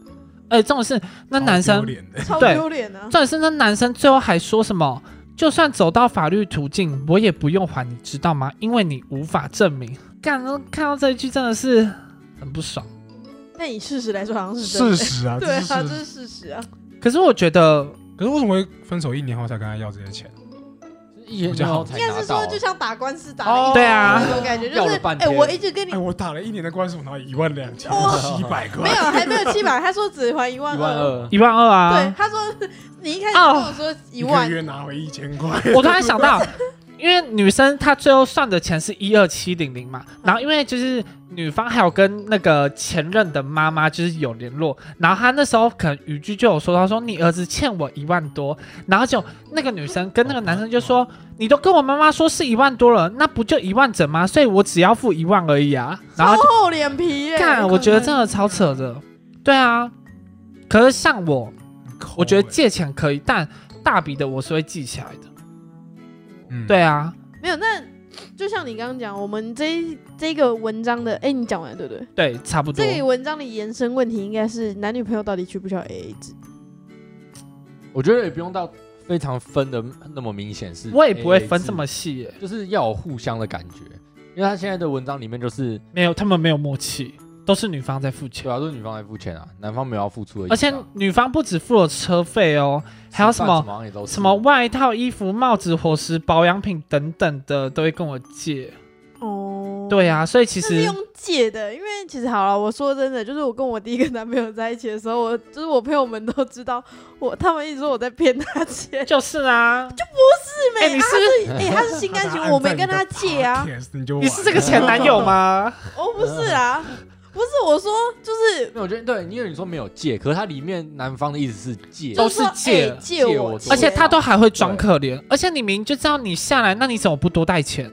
[SPEAKER 3] 哎，这种是那男
[SPEAKER 4] 超
[SPEAKER 3] 生
[SPEAKER 4] 丢，脸的
[SPEAKER 1] 超
[SPEAKER 3] 对
[SPEAKER 1] 丢脸啊！
[SPEAKER 3] 重点是那男生最后还说什么？就算走到法律途径，我也不用还，你知道吗？因为你无法证明。干，看到这一句真的是很不爽。
[SPEAKER 1] 那以事实来说，好像是真
[SPEAKER 4] 事
[SPEAKER 1] 的。
[SPEAKER 4] 实啊，
[SPEAKER 1] 嗯对
[SPEAKER 4] 这
[SPEAKER 1] 啊，
[SPEAKER 4] 是
[SPEAKER 1] 这
[SPEAKER 4] 事实
[SPEAKER 1] 是事实啊。
[SPEAKER 3] 可是我觉得
[SPEAKER 4] 可是为什么会分手一年后才跟他要这些钱？
[SPEAKER 2] 一年之后才
[SPEAKER 1] 应该
[SPEAKER 2] 拿
[SPEAKER 1] 是
[SPEAKER 2] 到
[SPEAKER 1] 说
[SPEAKER 2] 啊。
[SPEAKER 1] 就像打官司打
[SPEAKER 4] 哦
[SPEAKER 1] 了
[SPEAKER 3] 对啊
[SPEAKER 1] 那种感觉，
[SPEAKER 2] 要
[SPEAKER 1] 就是
[SPEAKER 2] 了半
[SPEAKER 1] 哎，
[SPEAKER 2] 天
[SPEAKER 1] 我一直跟你
[SPEAKER 4] 哎，我打了一年的官司，我拿一万两千
[SPEAKER 1] 哇
[SPEAKER 4] 七百块
[SPEAKER 1] 没。有，还没有七百，他说只还一万
[SPEAKER 2] 一万
[SPEAKER 1] 二。
[SPEAKER 2] 二，
[SPEAKER 3] 一万二
[SPEAKER 1] 对
[SPEAKER 3] 啊，！
[SPEAKER 1] 他说你一开始跟我说一万
[SPEAKER 4] 个，月拿回一千块，
[SPEAKER 3] 我突然想到，因为女生她最后算的钱是一二七零零嘛，然后因为就是女方还有跟那个前任的妈妈就是有联络，然后她那时候可能语句就有说，她说你儿子欠我一万多，然后就那个女生跟那个男生就说，你都跟我妈妈说是一万多了，那不就一万整吗？所以我只要付一万而已啊，然后
[SPEAKER 1] 超
[SPEAKER 3] 就
[SPEAKER 1] 厚脸皮耶！
[SPEAKER 3] 干，我觉得真的超扯的，对啊，可是像我，我觉得借钱可以，但大笔的我是会记起来的，
[SPEAKER 4] 嗯
[SPEAKER 3] 对啊。
[SPEAKER 1] 没有。那就像你刚刚讲，我们这一这个文章的，哎，你讲完了对不对？
[SPEAKER 3] 对，差不多。
[SPEAKER 1] 这个文章的延伸问题应该是男女朋友到底需不需要 AA 制？
[SPEAKER 2] 我觉得也不用到非常分的那么明显，是
[SPEAKER 3] 我也不会分
[SPEAKER 2] AA
[SPEAKER 3] 这么细耶，
[SPEAKER 2] 制，就是要有互相的感觉。因为他现在的文章里面就是，
[SPEAKER 3] 没有，他们没有默契，都是女方在付
[SPEAKER 2] 哎对
[SPEAKER 3] 钱，
[SPEAKER 2] 啊，都是女方来付钱啊，男方没有要付出的意思啊。
[SPEAKER 3] 而且女方不止付了车费哦，还有什
[SPEAKER 2] 吃饭
[SPEAKER 3] 么
[SPEAKER 2] 么也都是
[SPEAKER 3] 什么外套、衣服、帽子、伙食、保养品等等的，都会跟我借。
[SPEAKER 1] 哦，
[SPEAKER 3] 对啊，所以其
[SPEAKER 1] 这是
[SPEAKER 3] 实
[SPEAKER 1] 用借的，因为其实好了，我说真的，就是我跟我第一个男朋友在一起的时候，我就是我朋友们都知道我，他们一直说我在骗他钱，
[SPEAKER 3] 就是啊，
[SPEAKER 1] 是
[SPEAKER 3] 哎
[SPEAKER 1] 没？
[SPEAKER 3] 你
[SPEAKER 1] 他
[SPEAKER 3] 是
[SPEAKER 1] 哎、 他是心甘情愿，我没跟他借啊，
[SPEAKER 4] Podcast，你就
[SPEAKER 3] 你是这个前男友吗？
[SPEAKER 1] 哦不是 啊，不是我说就是
[SPEAKER 2] 没有，我觉得对，因为你说没有借，可是它里面男方的意思是借，
[SPEAKER 3] 都
[SPEAKER 1] 就是说
[SPEAKER 3] 借
[SPEAKER 1] 哎借
[SPEAKER 2] 借
[SPEAKER 1] 我
[SPEAKER 2] 我
[SPEAKER 1] 钱，
[SPEAKER 2] 钱
[SPEAKER 3] 而且他都还会装
[SPEAKER 2] 对
[SPEAKER 3] 可怜，而且你明明就知道你下来，那你怎么不多带钱？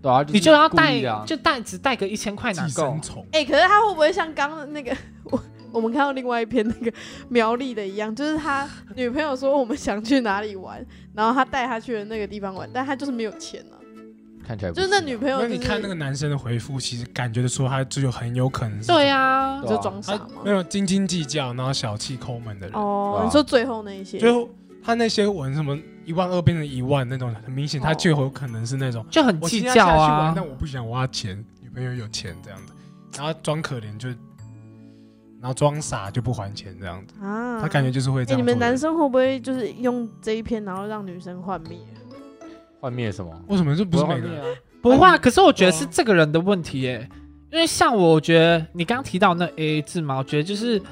[SPEAKER 2] 对啊，
[SPEAKER 3] 你就要
[SPEAKER 2] 故
[SPEAKER 3] 带
[SPEAKER 2] 意的啊，
[SPEAKER 3] 就带只带个一千块哪
[SPEAKER 4] 寄
[SPEAKER 3] 够
[SPEAKER 4] 生？虫，
[SPEAKER 1] 哎、可是他会不会像刚刚那个 我我们看到另外一篇那个苗栗的一样，就是他女朋友说我们想去哪里玩，然后他带他去了那个地方玩，但他就是没有钱啊，
[SPEAKER 2] 看起来不
[SPEAKER 1] 就是那女朋友、
[SPEAKER 4] 那
[SPEAKER 1] 就是，
[SPEAKER 4] 你看那个男生的回复，其实感觉得出他就很有可能是
[SPEAKER 3] 对啊，
[SPEAKER 1] 就装傻
[SPEAKER 4] 他
[SPEAKER 1] 吗
[SPEAKER 4] 没？有斤斤计较，然后小气抠门的人，
[SPEAKER 1] 哦，
[SPEAKER 2] 对啊
[SPEAKER 1] 你说最后那一些，
[SPEAKER 4] 就他那些文什么一万二变成一万那种，很明显他
[SPEAKER 1] 哦
[SPEAKER 4] 就有可能是那种
[SPEAKER 3] 就很
[SPEAKER 4] 我
[SPEAKER 3] 计
[SPEAKER 4] 今天
[SPEAKER 3] 较
[SPEAKER 4] 要下去玩
[SPEAKER 3] 啊。
[SPEAKER 4] 但我不想花钱，女朋友有钱这样子，然后装可怜就，然后装傻就不还钱这样子，
[SPEAKER 1] 啊，
[SPEAKER 4] 他感觉就是会
[SPEAKER 1] 哎、
[SPEAKER 4] 这样做的人。
[SPEAKER 1] 你们男生会不会就是用这一篇，然后让女生幻灭？
[SPEAKER 2] 幻灭什么？
[SPEAKER 4] 为什么这不是
[SPEAKER 2] 我要
[SPEAKER 4] 每
[SPEAKER 2] 幻
[SPEAKER 4] 个
[SPEAKER 2] 灭
[SPEAKER 4] 人？
[SPEAKER 2] 啊，
[SPEAKER 3] 不会啊，
[SPEAKER 4] 哎
[SPEAKER 3] 可是我觉得是这个人的问题耶，因为像我，我觉得你刚刚提到那 A A 制嘛，我觉得就是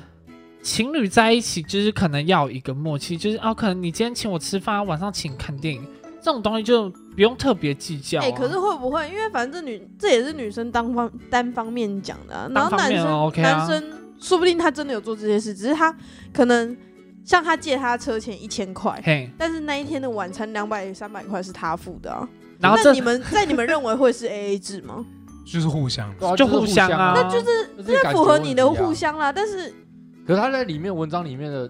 [SPEAKER 3] 情侣在一起，就是可能要有一个默契，就是哦，可能你今天请我吃饭，晚上请你看电影，这种东西就不用特别计较、啊。
[SPEAKER 1] 哎、可是会不会因为反正女这也是女生单方单方面讲的、啊，然
[SPEAKER 3] 单
[SPEAKER 1] 后
[SPEAKER 3] 方
[SPEAKER 1] 男
[SPEAKER 3] 面
[SPEAKER 1] 生、
[SPEAKER 3] 哦，OK 啊
[SPEAKER 1] 男生说不定他真的有做这些事，只是他可能像他借他车钱一千块，
[SPEAKER 3] 嘿，
[SPEAKER 1] 但是那一天的晚餐两百三百块是他付的啊。
[SPEAKER 3] 然后
[SPEAKER 1] 那
[SPEAKER 3] 这
[SPEAKER 1] 你们 在你们认为会是 AA 制吗？
[SPEAKER 4] 就是互相。
[SPEAKER 2] 对啊
[SPEAKER 3] 就
[SPEAKER 2] 就是
[SPEAKER 3] 互
[SPEAKER 2] 互
[SPEAKER 3] 相
[SPEAKER 2] 啊，
[SPEAKER 3] 啊，
[SPEAKER 1] 就是
[SPEAKER 2] 就是感觉
[SPEAKER 1] 符合你的
[SPEAKER 2] 问题啊
[SPEAKER 1] 互。相啦，但是
[SPEAKER 2] 可是他在里面文章里面的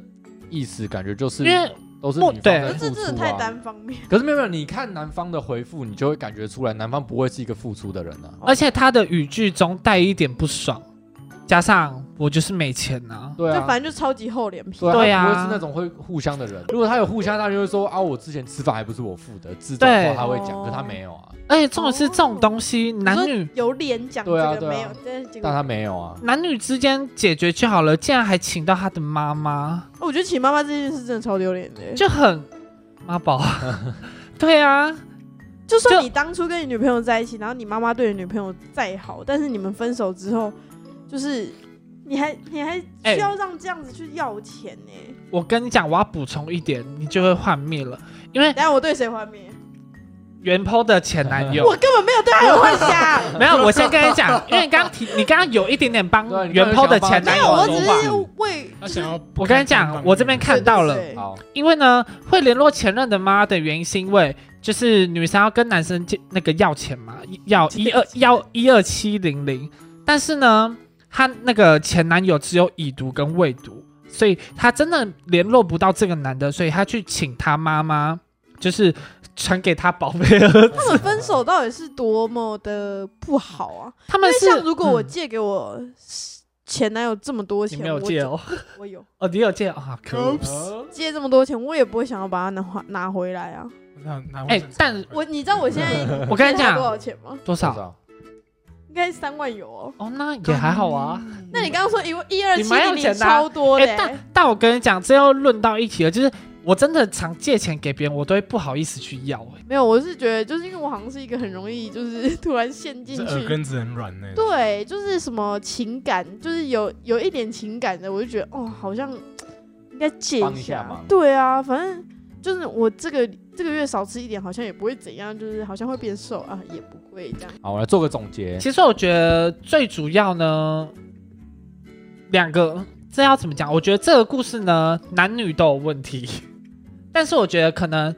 [SPEAKER 2] 意思，感觉就是
[SPEAKER 3] 因为
[SPEAKER 2] 都是
[SPEAKER 3] 不
[SPEAKER 2] 女方
[SPEAKER 3] 对
[SPEAKER 2] 在
[SPEAKER 1] 可
[SPEAKER 2] 付
[SPEAKER 1] 是这
[SPEAKER 2] 出
[SPEAKER 1] 真
[SPEAKER 2] 啊
[SPEAKER 1] 的太单方面。
[SPEAKER 2] 可是没有没有，你看男方的回复，你就会感觉出来，男方不会是一个付出的人啊。
[SPEAKER 3] 而且他的语句中带一点不爽，加上我就是没钱啊，
[SPEAKER 2] 对
[SPEAKER 1] 就
[SPEAKER 2] 啊，
[SPEAKER 1] 反正就超级厚脸皮，
[SPEAKER 2] 对
[SPEAKER 3] 啊
[SPEAKER 2] 他不会是那种会互相的人。如果他有互相，他就会说啊，我之前吃饭还不是我付的，这种
[SPEAKER 3] 对
[SPEAKER 2] 话他会讲，
[SPEAKER 1] 哦
[SPEAKER 2] 可他没有啊，
[SPEAKER 3] 而且重点是这种东西，男
[SPEAKER 1] 说
[SPEAKER 3] 女
[SPEAKER 1] 有脸讲这
[SPEAKER 2] 对啊
[SPEAKER 1] 个
[SPEAKER 2] 对啊
[SPEAKER 1] 没有，但是结
[SPEAKER 2] 但
[SPEAKER 1] 果
[SPEAKER 2] 他没有啊。
[SPEAKER 3] 男女之间解决就好了，竟然还请到他的妈妈。
[SPEAKER 1] 我觉得请妈妈这件事真的超丢脸的。
[SPEAKER 3] 就很 妈宝。对啊，
[SPEAKER 1] 就
[SPEAKER 3] 就
[SPEAKER 1] 算你当初跟你女朋友在一起，然后你妈妈对你女朋友再好，但是你们分手之后，就是你还你还
[SPEAKER 3] 哎
[SPEAKER 1] 需要让这样子去要钱呢、
[SPEAKER 3] 我跟你讲，我要补充一点，你就会幻灭了，因为
[SPEAKER 1] 等下我对谁幻灭？
[SPEAKER 3] 原 p 的前男友
[SPEAKER 1] 我。根本没有对他有幻想，
[SPEAKER 3] 没有，我先跟你讲，因为你刚刚提，你刚刚有一点点帮
[SPEAKER 2] 对啊你
[SPEAKER 3] 原
[SPEAKER 2] 刚
[SPEAKER 3] p
[SPEAKER 2] 刚
[SPEAKER 3] 的
[SPEAKER 2] 想帮
[SPEAKER 3] 前
[SPEAKER 1] 没
[SPEAKER 3] 男
[SPEAKER 1] 有，
[SPEAKER 3] 友
[SPEAKER 1] 我
[SPEAKER 3] 说
[SPEAKER 1] 只
[SPEAKER 3] 话。
[SPEAKER 1] 是为
[SPEAKER 4] 他想要，
[SPEAKER 3] 我跟你讲，我这边看到了，
[SPEAKER 1] 对对对
[SPEAKER 2] 好，
[SPEAKER 3] 因为呢，会联络前任的妈的原因是因为就是女生要跟男生借那个要钱嘛，要一二要一二七零零，但是呢，她那个前男友只有已读跟未读，所以她真的联络不到这个男的，所以她去请她妈妈，就是传给她宝贝 儿。
[SPEAKER 1] 他们分手到底是多么的不好啊！
[SPEAKER 3] 他
[SPEAKER 1] 因
[SPEAKER 3] 们
[SPEAKER 1] 为
[SPEAKER 3] 是
[SPEAKER 1] 像如果我
[SPEAKER 3] 嗯
[SPEAKER 1] 借给我前男友这么多
[SPEAKER 3] 你
[SPEAKER 1] 钱，
[SPEAKER 3] 没有借哦，
[SPEAKER 1] 我就，我有
[SPEAKER 3] 哦你有借啊，可恶。
[SPEAKER 1] 借这么多钱，我也不会想要把它拿回拿回来啊！
[SPEAKER 3] 哎、但
[SPEAKER 1] 我你知道我现在
[SPEAKER 3] 我跟你
[SPEAKER 1] 借他多
[SPEAKER 3] 讲
[SPEAKER 1] 少钱吗？
[SPEAKER 2] 多
[SPEAKER 3] 多少？
[SPEAKER 2] 少？
[SPEAKER 1] 应该三万有哦。
[SPEAKER 3] 哦，那也还好啊。
[SPEAKER 1] 嗯那你刚刚说一一二
[SPEAKER 3] 你
[SPEAKER 1] 七
[SPEAKER 3] 蛮有
[SPEAKER 1] 零
[SPEAKER 3] 钱
[SPEAKER 1] 零
[SPEAKER 3] 的啊
[SPEAKER 1] 超多的、欸
[SPEAKER 3] 哎、但但我跟你讲，这又论到一题了，就是我真的常借钱给别人，我都会不好意思去要、欸。
[SPEAKER 1] 没有，我是觉得就是因为我好像是一个很容易就是突然陷进
[SPEAKER 4] 这耳
[SPEAKER 1] 去，
[SPEAKER 4] 根子很软呢。
[SPEAKER 1] 对，就是什么情感，就是有有一点情感的，我就觉得哦，好像应该借
[SPEAKER 2] 帮一下忙
[SPEAKER 1] 对啊，反正就是我这个这个月少吃一点，好像也不会怎样，就是好像会变瘦啊，也不会这样。
[SPEAKER 2] 好，我来做个总结。
[SPEAKER 3] 其实我觉得最主要呢，两个这要怎么讲？我觉得这个故事呢，男女都有问题， 但是我觉得可能。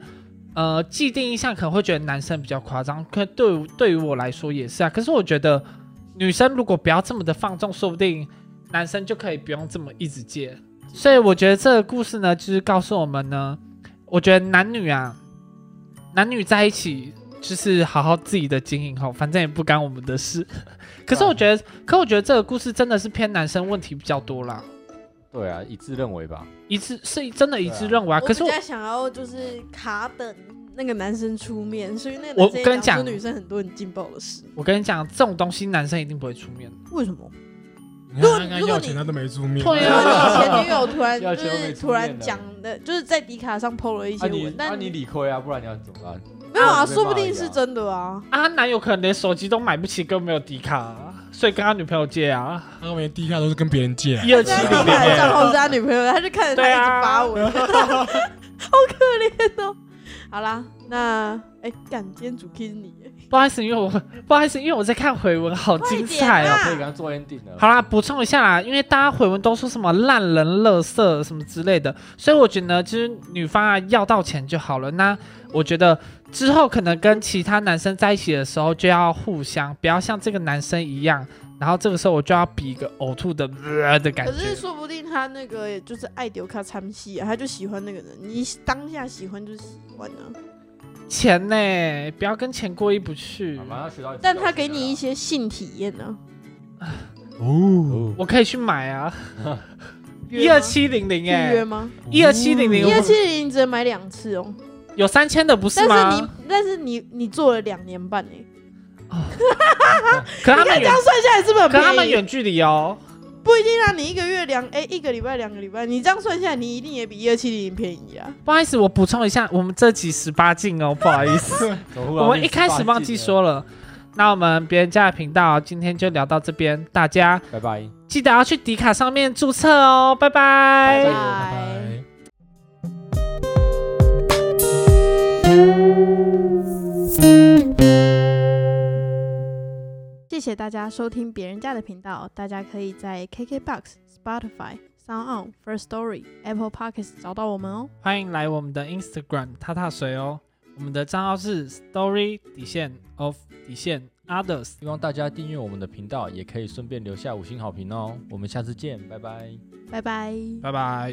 [SPEAKER 3] 呃，既定印象可能会觉得男生比较夸张，可对于对于我来说也是啊。可是我觉得女生如果不要这么的放纵，说不定男生就可以不用这么一直借。所以我觉得这个故事呢，就是告诉我们呢，我觉得男女啊，男女在一起就是好好自己的经营好，反正也不干我们的事。 可是我觉得，可我觉得这个故事真的是偏男生问题比较多啦，
[SPEAKER 2] 对啊，一致认为吧。
[SPEAKER 3] 一致是真的一致认为啊。
[SPEAKER 1] 我
[SPEAKER 3] 可是
[SPEAKER 1] 比
[SPEAKER 3] 我
[SPEAKER 1] 较想要就是卡等那个男生出面，所以那个
[SPEAKER 3] 我
[SPEAKER 1] 男生也
[SPEAKER 3] 跟你
[SPEAKER 1] 讲出
[SPEAKER 3] 讲
[SPEAKER 1] 女生很多很劲爆的事。
[SPEAKER 3] 我跟你讲，这种东西男生一定不会出面。
[SPEAKER 1] 为什么？
[SPEAKER 4] 你
[SPEAKER 1] 如果
[SPEAKER 4] 看他刚
[SPEAKER 1] 如果
[SPEAKER 4] 要
[SPEAKER 1] 你
[SPEAKER 4] 钱他都没出面，
[SPEAKER 3] 对
[SPEAKER 1] 因为
[SPEAKER 3] 啊
[SPEAKER 1] 你前女友突然
[SPEAKER 2] 要
[SPEAKER 1] 就
[SPEAKER 2] 求没
[SPEAKER 1] 是
[SPEAKER 2] 出
[SPEAKER 1] 突然
[SPEAKER 2] 面的
[SPEAKER 1] 讲的，就是在迪卡上 PO 了一
[SPEAKER 2] 那
[SPEAKER 1] 些
[SPEAKER 2] 啊你
[SPEAKER 1] 文，
[SPEAKER 2] 那
[SPEAKER 1] 但
[SPEAKER 2] 你理亏啊，不然你要怎么办？
[SPEAKER 1] 没有啊，
[SPEAKER 2] 那我就被
[SPEAKER 1] 说不
[SPEAKER 2] 骂而已
[SPEAKER 1] 定
[SPEAKER 2] 啊
[SPEAKER 1] 是真的啊。
[SPEAKER 3] 啊，她男友可能连手机都买不起，根本没有迪卡、啊所以跟他女朋友借 啊，
[SPEAKER 4] 他连第一卡都是跟别人借来。
[SPEAKER 3] 一二七
[SPEAKER 1] 现在
[SPEAKER 3] 零
[SPEAKER 1] 迪卡的
[SPEAKER 3] 零。
[SPEAKER 1] 账号是他女朋友的，他就看着他
[SPEAKER 3] 对
[SPEAKER 1] 一
[SPEAKER 3] 啊
[SPEAKER 1] 直发 文，好可怜哦。好啦，那哎，干，今天主 K 是你耶，
[SPEAKER 3] 不好意思，因为我不好意思，因为我在看回文，好精
[SPEAKER 1] 哎
[SPEAKER 3] 彩哦。
[SPEAKER 2] 可以给他做 ending 了。
[SPEAKER 3] 好
[SPEAKER 1] 嗯
[SPEAKER 3] 啦，补充一下啦，因为大家回文都说什么烂人、垃圾什么之类的，所以我觉得呢，其实女方啊要到钱就好了。那我觉得之后可能跟其他男生在一起的时候，就要互相不要像这个男生一样，然后这个时候我就要比一个呕吐的、呃、的感
[SPEAKER 1] 可
[SPEAKER 3] 觉。
[SPEAKER 1] 是说不定他那个就是爱丢卡参戏啊，他就喜欢那个人，你当下喜欢就是喜欢啊，
[SPEAKER 3] 钱呢、不要跟钱过意不去
[SPEAKER 2] 好。吧，要学到一次教训了啦。
[SPEAKER 1] 但他给你一些性体验
[SPEAKER 3] 啊
[SPEAKER 1] 呢，
[SPEAKER 4] 哦，
[SPEAKER 2] 哦，
[SPEAKER 3] 我可以去买啊，一
[SPEAKER 1] 约
[SPEAKER 3] 二
[SPEAKER 1] 吗
[SPEAKER 3] 七零零
[SPEAKER 1] 预
[SPEAKER 3] 哎
[SPEAKER 1] 约，吗？
[SPEAKER 3] 12700
[SPEAKER 4] 哦
[SPEAKER 1] 一
[SPEAKER 3] 我
[SPEAKER 1] 二七零只能买两次哦，
[SPEAKER 3] 有三千的不是
[SPEAKER 1] 但是
[SPEAKER 3] 吗
[SPEAKER 1] 你？但是你你做了两年半哎。
[SPEAKER 3] 可
[SPEAKER 1] 你
[SPEAKER 3] 他
[SPEAKER 1] 看
[SPEAKER 3] 们
[SPEAKER 1] 这
[SPEAKER 3] 远
[SPEAKER 1] 样，算下来是不是很
[SPEAKER 3] 可
[SPEAKER 1] 便宜？
[SPEAKER 3] 他们远距离哦。
[SPEAKER 1] 不一定啊，你一个月两哎、一个礼拜两个礼拜，你这样算下来，你一定也比一二七零便宜啊。
[SPEAKER 3] 不好意思，我补充一下，我们这集十八禁哦，不好 意思，我们一开始忘记说
[SPEAKER 2] 了，
[SPEAKER 3] 了。那我们别人家的频道今天就聊到这边，大家
[SPEAKER 2] 拜拜。
[SPEAKER 3] 记得要去迪卡上面注册哦，拜
[SPEAKER 2] 拜
[SPEAKER 3] 拜
[SPEAKER 2] 拜。
[SPEAKER 4] 拜拜。
[SPEAKER 1] 谢谢大家收听别人家的频道，大家可以在 KKBox、Spotify、Sound On、First Story、Apple Podcasts 找到我们哦。
[SPEAKER 3] 欢迎来我们的 Instagram 踏踏水哦，我们的账号是 Story 底线 of 底线 Others。
[SPEAKER 2] 希望大家订阅我们的频道，也可以顺便留下五星好评哦。我们下次见，拜拜。
[SPEAKER 1] 拜拜。
[SPEAKER 3] 拜拜。